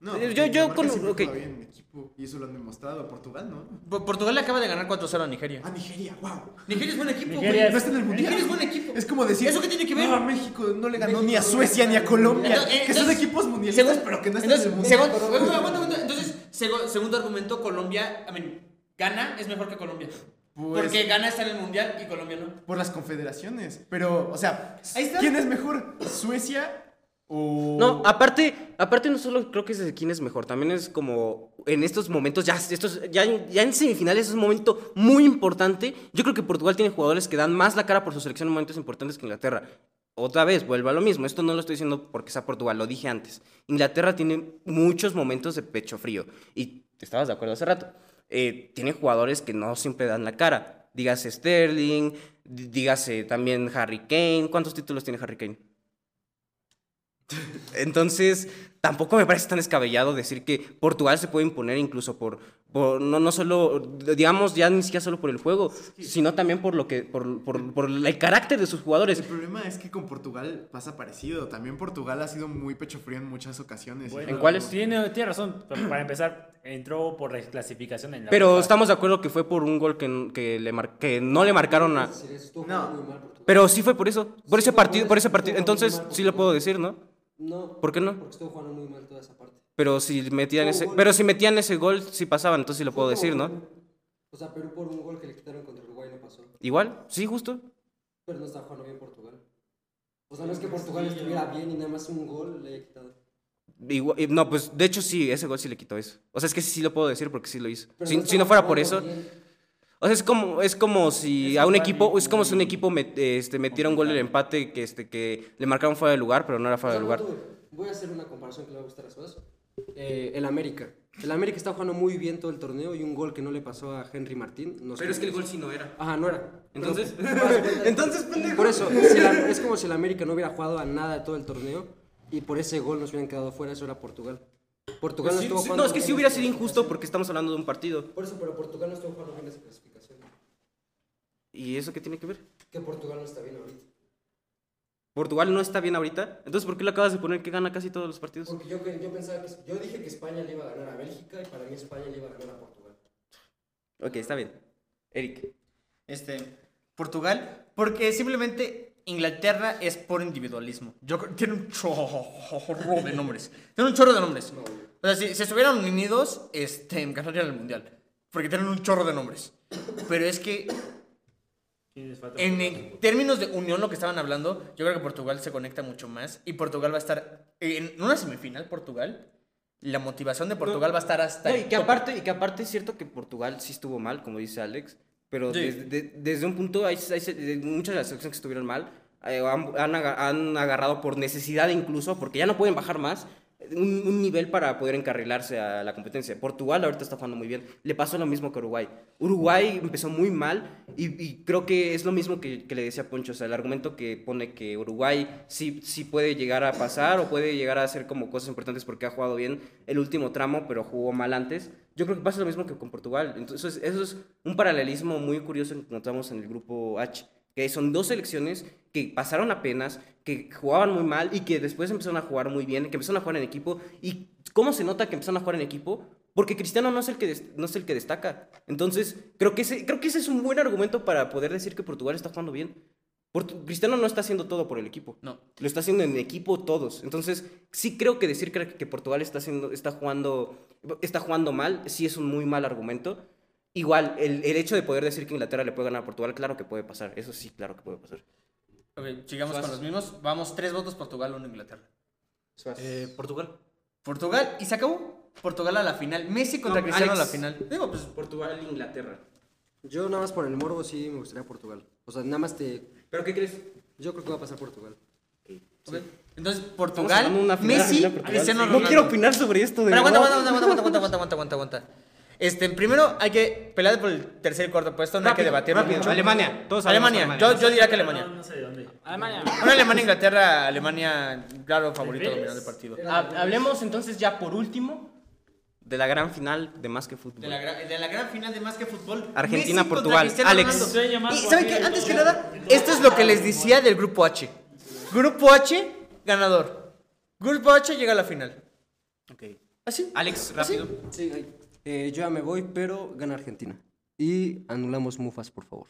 No, Yo- yo Dinamarca con- siempre ok. juega bien en equipo, y eso lo han demostrado. Portugal, ¿no? Po- Portugal le acaba de ganar 4-0 a Nigeria. Ah, Nigeria, wow. Nigeria es buen equipo, Nigeria güey. No está en el mundial. Nigeria es buen equipo. Es como decir. ¿Eso qué tiene que ver? No, a México no le ganó ni a Suecia ni a Colombia. Entonces, que son entonces, equipos mundialistas, según- pero que no están entonces, en el mundial. según- aguanta, aguanta, aguanta. Entonces, Sego- segundo argumento, Colombia, I mean, Ghana es mejor que Colombia. Pues porque Ghana está en el mundial y Colombia no. Por las confederaciones. Pero, o sea, Ahí está. ¿quién es mejor? ¿Suecia o.? No, aparte, aparte no solo creo que es de quién es mejor, también es como en estos momentos, ya, estos, ya, en- ya en semifinales es un momento muy importante. Yo creo que Portugal tiene jugadores que dan más la cara por su selección en momentos importantes que Inglaterra. Otra vez, vuelvo a lo mismo, esto no lo estoy diciendo porque sea Portugal, lo dije antes. Inglaterra tiene muchos momentos de pecho frío y estabas de acuerdo hace rato. Eh, tiene jugadores que no siempre dan la cara. Dígase Sterling, dí- dígase también Harry Kane. ¿Cuántos títulos tiene Harry Kane? Entonces, tampoco me parece tan descabellado decir que Portugal se puede imponer incluso por, por- no, no solo, digamos, ya ni siquiera solo por el juego, sino también por lo que, por, por- por el carácter de sus jugadores. El problema es que con Portugal pasa parecido. También Portugal ha sido muy pecho frío en muchas ocasiones. ¿En cuáles? Tiene, tiene razón. pero Para empezar, entró por reclasificación en la. Pero Copa. estamos de acuerdo que fue por un gol que, que le mar- que no le marcaron a... Sí, eso estuvo No. muy mal Portugal. Pero sí fue por eso, por ese fue por partido, eso, por ese sí partido. fue por Entonces, Neymar, sí lo por puedo favor. decir, ¿no? No. ¿Por qué no? Porque estuvo jugando muy mal toda esa parte. Pero si metían Fue ese, un gol. pero si metían ese gol, sí pasaban, entonces sí lo Fue puedo como decir, ¿no? un- O sea, Perú por un gol que le quitaron contra Uruguay no pasó. Igual, sí, justo. Pero no está jugando bien Portugal. O sea, no es que Portugal estuviera bien y nada más un gol le haya quitado. Igua- y- no, pues de hecho sí, ese gol sí le quitó eso. O sea, es que sí, sí lo puedo decir porque sí lo hizo. Pero Si si no, estaba fuera por eso. jugando bien. O sea, es como, es como si Es a un igual, equipo, es es como si un muy equipo met- este, metiera un gol del empate que, este, que le marcaron fuera de lugar, pero no era O fuera sea, de no lugar. tuve- Voy a hacer una comparación que le va a gustar a Suárez. Eh, el América. El América está jugando muy bien todo el torneo y un gol que no le pasó a Henry Martín. no sé Pero es que el qué gol hizo. sí no era. Ajá, no era. Entonces, Entonces, Por eso, si la- es como si el América no hubiera jugado a nada de todo el torneo y por ese gol nos hubieran quedado fuera, eso era Portugal. Portugal no pues Sí, estuvo sí, jugando no, es que bien sí en hubiera esa sido injusto clasificación. porque estamos hablando de un partido. Por eso, pero Portugal no estuvo jugando bien en esa clasificación. ¿Y eso qué tiene que ver? Que Portugal no está bien ahorita. Portugal no está bien ahorita. Entonces, ¿por qué lo acabas de poner que gana casi todos los partidos? Porque yo, yo pensaba que yo dije que España le iba a ganar a Bélgica y para mí España le iba a ganar a Portugal. Ok, está bien. Eric. Este, Portugal, porque simplemente Inglaterra es por individualismo. Yo creo- tiene un chorro de nombres. Tiene un chorro de nombres. O sea, si, si estuvieran unidos, este, ganarían el mundial. Porque tienen un chorro de nombres. Pero es que en, en términos de unión, lo que estaban hablando, yo creo que Portugal se conecta mucho más. Y Portugal va a estar en una semifinal, Portugal. La motivación de Portugal va a estar hasta. No, el y, que tope. aparte, y que aparte es cierto que Portugal sí estuvo mal, como dice Alex, pero Sí. desde, de- desde un punto, hay, hay se- de muchas de las selecciones que estuvieron mal eh, han, han aga- han agarrado por necesidad incluso, porque ya no pueden bajar más, eh, un, un nivel para poder encarrilarse a la competencia. Portugal ahorita está jugando muy bien, le pasó lo mismo que Uruguay. Uruguay empezó muy mal y, y creo que es lo mismo que, que le decía Poncho, o sea, el argumento que pone que Uruguay sí, sí puede llegar a pasar o puede llegar a hacer como cosas importantes porque ha jugado bien el último tramo, pero jugó mal antes. Yo creo que pasa lo mismo que con Portugal. Entonces, eso es un paralelismo muy curioso que encontramos en el grupo H, que son dos selecciones que pasaron apenas, que jugaban muy mal y que después empezaron a jugar muy bien, que empezaron a jugar en equipo. ¿Y cómo se nota que empezaron a jugar en equipo? Porque Cristiano no es el que, des- no es el que destaca. Entonces, creo que, ese, creo que ese es un buen argumento para poder decir que Portugal está jugando bien. Portu- Cristiano no está haciendo todo por el equipo. No. Lo está haciendo en equipo todos. Entonces, sí creo que decir que, que Portugal está, haciendo, está, jugando, está jugando mal, sí es un muy mal argumento. Igual, el, el hecho de poder decir que Inglaterra le puede ganar a Portugal, claro que puede pasar. Eso sí, claro que puede pasar. Ok, sigamos con los mismos. Vamos, tres votos Portugal, uno Inglaterra. Eh, Portugal. Portugal y se acabó. Portugal a la final. Messi contra No, Cristiano Alex. a la final. Digo, pues Portugal, Inglaterra. Yo nada más por el morbo sí me gustaría Portugal. O sea, nada más te... ¿Pero qué crees? Yo creo que va a pasar Portugal. ok. entonces Estamos Portugal, hablando de una final, Messi, final Portugal. Cristiano No Ronaldo. quiero opinar sobre esto, de Pero aguanta, verdad. aguanta, aguanta, aguanta, aguanta, aguanta, aguanta, aguanta. Este, primero hay que pelear por el tercer y cuarto puesto, no hay que debatirlo mucho. Alemania. Todos sabemos Alemania, Alemania. Yo, yo diría que Alemania. No, no sé de dónde. Una Alemania, Inglaterra, Alemania, claro, favorito dominante del partido. Ah, Hablemos entonces ya por último de la gran final de Más que Fútbol. De la, gran, de la gran final de más que fútbol. Argentina, Messi contra Portugal. Cristiano Alex. Ronaldo. Sueña más Y con saben que aquel antes que todo. nada, esto es lo que les decía del grupo H. Grupo H, ganador. Grupo H llega a la final. Ok. ¿Así? Alex, rápido. Sí, Eh, yo ya me voy, pero gana Argentina. Y anulamos Mufas, por favor.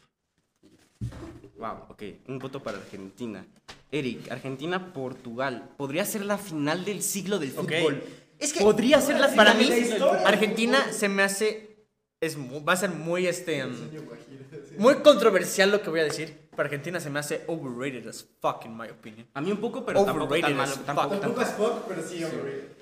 Wow, ok. Un voto para Argentina. Eric, Argentina, Portugal. Podría ser la final del siglo del fútbol. Es que Podría ser la para final mí de la historia. Argentina se me hace es mu- va a ser muy este um, muy controversial lo que voy a decir. Para Argentina se me hace overrated as fuck in my opinion. A mí un poco, pero tampoco tan Overrated malo. as Tampoco fuck. tan es fuck, pero sí, hombre.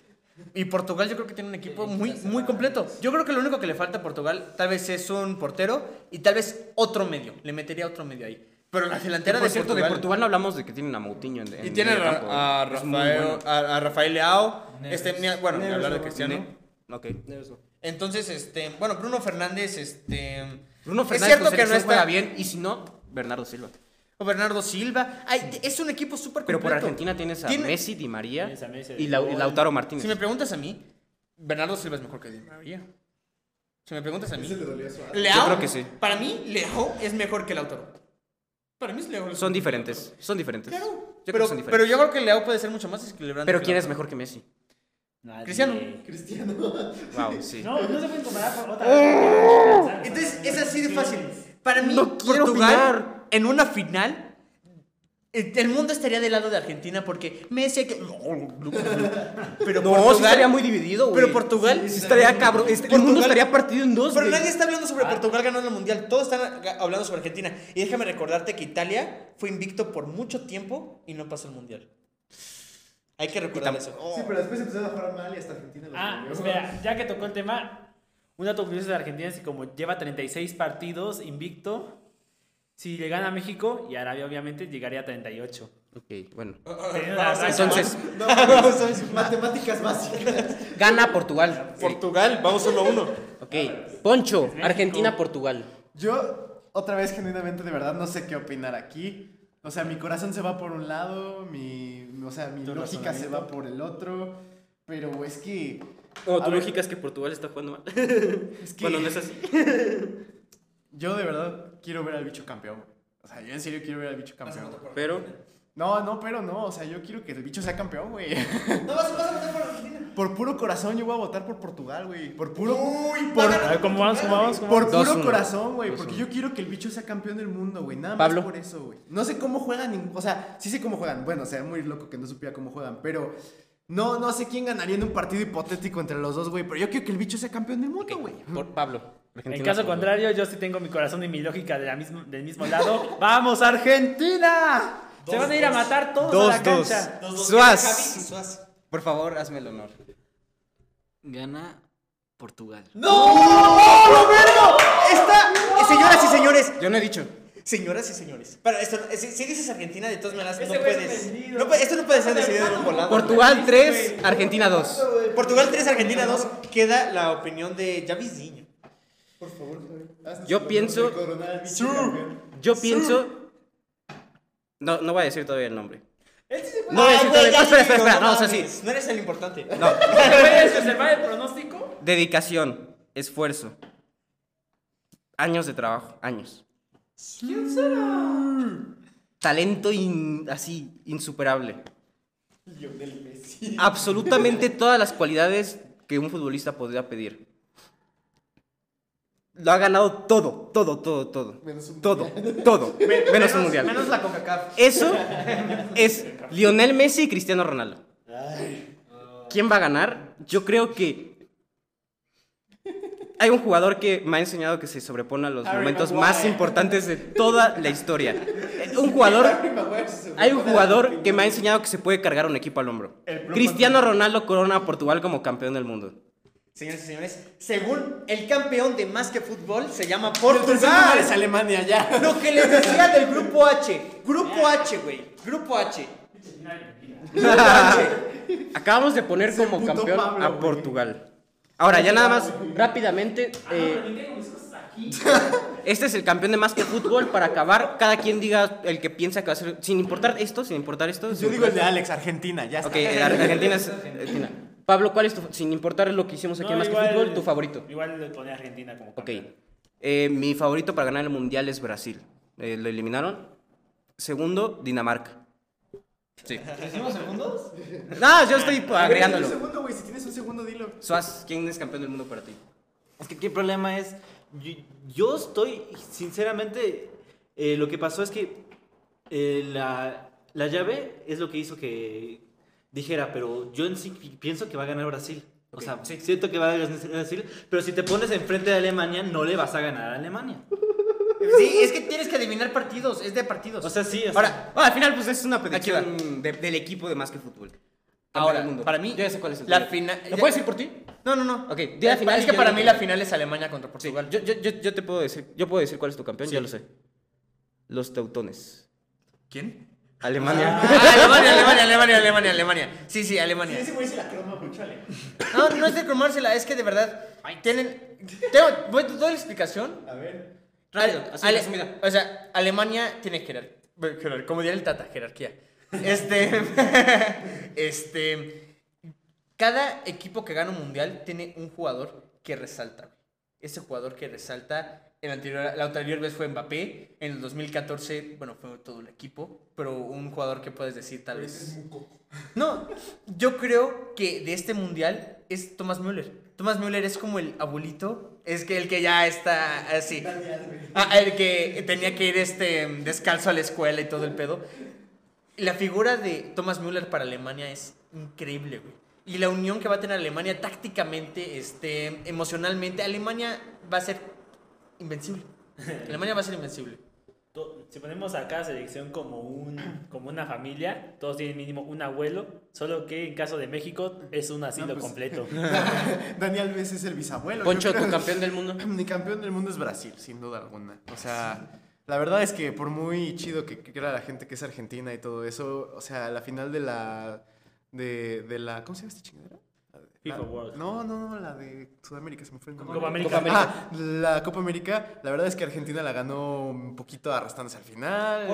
Y Portugal yo creo que tiene un equipo muy, muy completo. Yo creo que lo único que le falta a Portugal tal vez es un portero y tal vez otro medio. Le metería otro medio ahí. Pero la delantera por de cierto, Portugal... de Portugal no hablamos de que tienen a Moutinho en, en Y tiene medio campo, a, a ¿eh? Es muy Rafael, bueno. a, a Rafael Leao. Este, ni- bueno, ni hablar de Cristiano. Ok. Entonces, este, bueno, Bruno Fernández, este. Bruno Fernández pues, es cierto que no juega está bien. bien y si no, Bernardo Silva. O Bernardo Silva. Ay, es un equipo súper Pero por completo. Argentina tienes a Tiene- Messi, Di María Tienes a Messi, y, Lau- y Lautaro Martínez. Si me preguntas a mí, Bernardo Silva es mejor que Di María. Si me preguntas a mí. Leao. Yo creo que sí. Para mí, Leao es mejor que Lautaro. Para mí, es Leao. es Son mejor que diferentes, son diferentes. Lautaro. Yo Claro. creo pero, que son diferentes. pero yo creo que Leao puede ser mucho más equilibrante. Pero que ¿quién es Lautaro. mejor que Messi? Nadie. Cristiano. Wow, sí. No, no se pueden comparar por otra vez. Entonces, es así de fácil. Para mí, No quiero Portugal, opinar. en una final, eh, el mundo estaría del lado de Argentina porque Messi... hay que- Pero No, sí estaría muy dividido, güey. Pero Portugal... Sí estaría cabrón. este- El mundo Portugal- estaría partido en dos, Ah. Pero güey. nadie está hablando sobre Portugal ganando el Mundial. Todos están ga- hablando sobre Argentina. Y déjame recordarte que Italia fue invicto por mucho tiempo y no pasó el Mundial. Hay que recordar eso. oh, Sí, pero después empezaron a jugar mal y hasta Argentina lo Ah, volvió. espera, ya que tocó el tema, un dato curioso de Argentina es que como lleva 36 partidos invicto, si le gana a México y Arabia obviamente llegaría a 38. Ok, bueno. Teniendo la racha- Entonces, No, mames, matemáticas básicas. gana Portugal. Portugal, vamos 1 uno. Ok. Poncho, Argentina-Portugal. Yo, otra vez, genuinamente, de verdad, no sé qué opinar aquí. O sea, mi corazón se va por un lado, mi, o sea, mi lógica se va por el otro. Pero es que... No, A ver. es que Portugal está jugando mal. Es que Bueno, no es así. Yo, de verdad, quiero ver al bicho campeón. O sea, yo en serio quiero ver al bicho campeón. Pero, No, no, pero no. O sea, yo quiero que el bicho sea campeón, güey. No, vas, a votar por Argentina. Por puro corazón, yo voy a votar por Portugal, güey. Por puro... Uy, A ver, ¿Cómo vamos? ¿Cómo vamos? ¿Cómo Por Dos, puro uno. corazón, güey. Porque yo quiero que el bicho sea campeón del mundo, güey. Nada Pablo. más por eso, güey. No sé cómo juegan. nin- O sea, sí sé cómo juegan. Bueno, o sea, muy loco que no supiera cómo juegan. Pero no, no sé quién ganaría en un partido hipotético entre los dos, güey. Pero yo quiero que el bicho sea campeón del mundo, güey. por Pablo. En Argentina, caso Portugal. contrario, yo sí tengo mi corazón y mi lógica de la misma- del mismo lado. ¡Vamos, Argentina! Se van a ir a matar todos a la cancha. Suaz. Por favor, hazme el honor. Gana Portugal. Está, eh, señoras y señores, Yo no he dicho. Señoras y señores. Pero esto, eh, si, si dices Argentina, de todas maneras, no güey es puedes. vendido. no puede- esto no puede ser decidido en un volado. Portugal 3, Argentina 2. Portugal 3, Argentina 2. Queda la opinión de Javis Diño. Yo pienso. Yo pienso. No, no voy a decir todavía el nombre. No Ah, voy a decir todavía. No, espera, espera, espera. No, o sea, sí. No eres el importante. ¿Puedes observar el pronóstico? Dedicación, esfuerzo. Años de trabajo, años. Talento in- así, insuperable. Absolutamente todas las cualidades que un futbolista podría pedir. Lo ha ganado todo, todo, todo, todo. todo, todo. Menos, un mundial. Menos la CONCACAF. Eso es Lionel Messi y Cristiano Ronaldo. ¿Quién va a ganar? Yo creo que hay un jugador que me ha enseñado que se sobrepone a los momentos más importantes de toda la historia. Eh, Un jugador hay un jugador que me ha enseñado que se puede cargar un equipo al hombro. Cristiano Ronaldo corona a Portugal como campeón del mundo. Señoras y señores, según el campeón de más que fútbol, se llama Portugal Portugal. es Alemania, ya. Lo que les decía del grupo H. Grupo H, güey. Grupo H. Acabamos de poner como emputó campeón Pablo, a güey. Ah, Portugal. Ahora, ya nada más, rápidamente. eh, este es el campeón de más que fútbol. Para acabar, cada quien diga el que piensa que va a ser. Sin importar esto, sin importar esto. sin Yo digo el de importar- Alex, Argentina, ya está. Ok, eh, Ar- Argentina es Argentina. Pablo, ¿cuál es tu. Sin importar lo que hicimos aquí en No, más igual- que fútbol, tu favorito? Igual le pone a Argentina como Ok. campeón. Eh, mi favorito para ganar el mundial es Brasil. Eh, lo eliminaron. Segundo, Dinamarca. Sí. segundos? No, yo estoy agregándolo. Un segundo, güey. Si tienes un segundo, dilo. Suaz, ¿quién es campeón del mundo para ti? Es que aquí el problema es. Yo, yo estoy, sinceramente, eh, lo que pasó es que eh, la, la llave es lo que hizo que dijera, pero yo en sí pi- pienso que va a ganar Brasil. O sea, siento que va a ganar Brasil, pero si te pones enfrente de Alemania, no le vas a ganar a Alemania. Sí, es que tienes que adivinar partidos, es de partidos. O sea, sí. o sea, Ahora, Ah, al final, pues es una Aquí predicción de- del equipo de más que fútbol. ahora, del mundo. para mí, Yo ya sé cuál es el la tuyo. final. ¿Lo puedes decir por ti? No, no, no. Ok, di Ya, la final Es y que yo para digo mí la la final es Alemania contra Portugal. Yo, yo, yo, yo te puedo decir, yo puedo decir cuál es tu campeón, ya lo sé. Los teutones. ¿Quién? Alemania. Ah, Alemania, Alemania, Alemania, Alemania, Alemania. Sí, sí, Alemania. Ese güey se la croma mucho, Ale. No, no es de cromársela, es que de verdad tienen. Tengo, voy, doy la explicación. A ver. Ale- así, Ale- resumida. o sea, Alemania tiene jerarquía. Como diría el Tata, jerarquía. Este. este. Cada equipo que gana un mundial tiene un jugador que resalta. Ese jugador que resalta. En la, anterior, la anterior vez fue Mbappé. En el 2014, bueno, fue todo el equipo. Pero un jugador que puedes decir tal vez. No, yo creo que de este mundial es Thomas Müller. Thomas Müller es como el abuelito, es que el que ya está así. Ah, el que tenía que ir este descalzo a la escuela y todo el pedo. La figura de Thomas Müller para Alemania es increíble, güey. Y la unión que va a tener Alemania tácticamente, este, emocionalmente, Alemania va a ser invencible. Alemania va a ser invencible. To- Si ponemos a cada selección como, un, como una familia, todos tienen mínimo un abuelo, solo que en caso de México es un asilo pues. completo. Dani Alves es el bisabuelo. Poncho, yo creo. tu campeón del mundo. Mi campeón del mundo es Brasil, sin duda alguna. O sea, la verdad es que por muy chido que quiera la gente que es argentina y todo eso, o sea, la final de la. De, de la ¿Cómo se llama esta chingadera? La de- FIFA la- World. No, no, no, la de Sudamérica se me fue el nombre. Copa América. Ah, la Copa América, la verdad es que Argentina la ganó un poquito arrastrándose al final.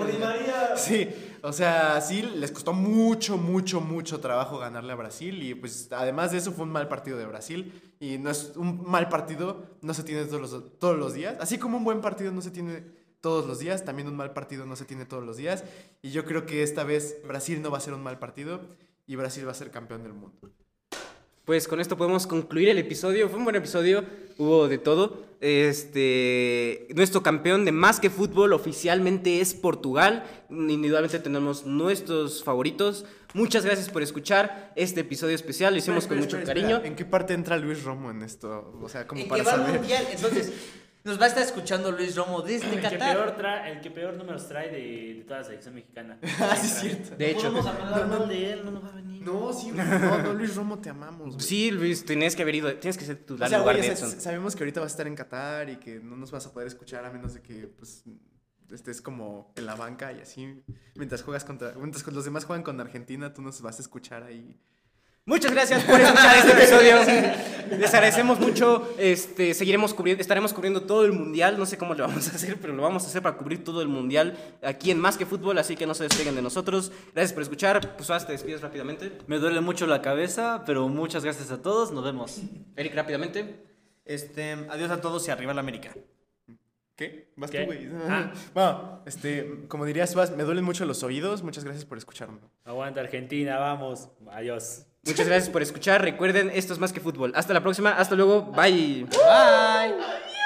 Sí, o sea, sí, les costó mucho, mucho, mucho trabajo ganarle a Brasil y pues además de eso fue un mal partido de Brasil y no es un mal partido, no se tiene todos los, todos los días, así como un buen partido no se tiene todos los días, también un mal partido no se tiene todos los días y yo creo que esta vez Brasil no va a ser un mal partido y Brasil va a ser campeón del mundo. Pues con esto podemos concluir el episodio. Fue un buen episodio, hubo de todo. Este, nuestro campeón de más que fútbol oficialmente es Portugal. Individualmente tenemos nuestros favoritos. Muchas gracias por escuchar este episodio especial. Lo hicimos con Espera, mucho espera, espera. cariño. ¿En qué parte entra Luis Romo en esto? O sea, como En que para va al saber. mundial, entonces nos va a estar escuchando Luis Romo desde El que, Qatar. peor tra- el que peor números trae de, de toda la selección mexicana. Ah, sí, es cierto. De hecho, Vamos a hablar mal de él, no nos va a venir. No, sí, güey. no, no, Luis Romo, te amamos. güey. sí, Luis, tienes que haber ido, tienes que ser titular O sea, en lugar güey, de o sea, Edson. sabemos que ahorita vas a estar en Qatar y que no nos vas a poder escuchar a menos de que pues, estés como en la banca y así. Mientras juegas contra. Mientras los demás juegan con Argentina, tú nos vas a escuchar ahí. Muchas gracias por escuchar este episodio. Les agradecemos mucho. Este, seguiremos cubriendo, estaremos cubriendo todo el mundial. No sé cómo lo vamos a hacer, pero lo vamos a hacer para cubrir todo el mundial aquí en Más que Fútbol. Así que no se despeguen de nosotros. Gracias por escuchar. Pues vas, te despides rápidamente. Me duele mucho la cabeza, pero muchas gracias a todos. Nos vemos. Eric, rápidamente. Este, adiós a todos y arriba la América. ¿Qué? Vas ¿Qué? tú, güey. Ah. Bueno, este, como dirías, vas, me duelen mucho los oídos. Muchas gracias por escucharme. Aguanta Argentina, vamos. Adiós. Muchas gracias por escuchar. Recuerden, esto es Más que Fútbol. Hasta la próxima. Hasta luego. Bye. Bye.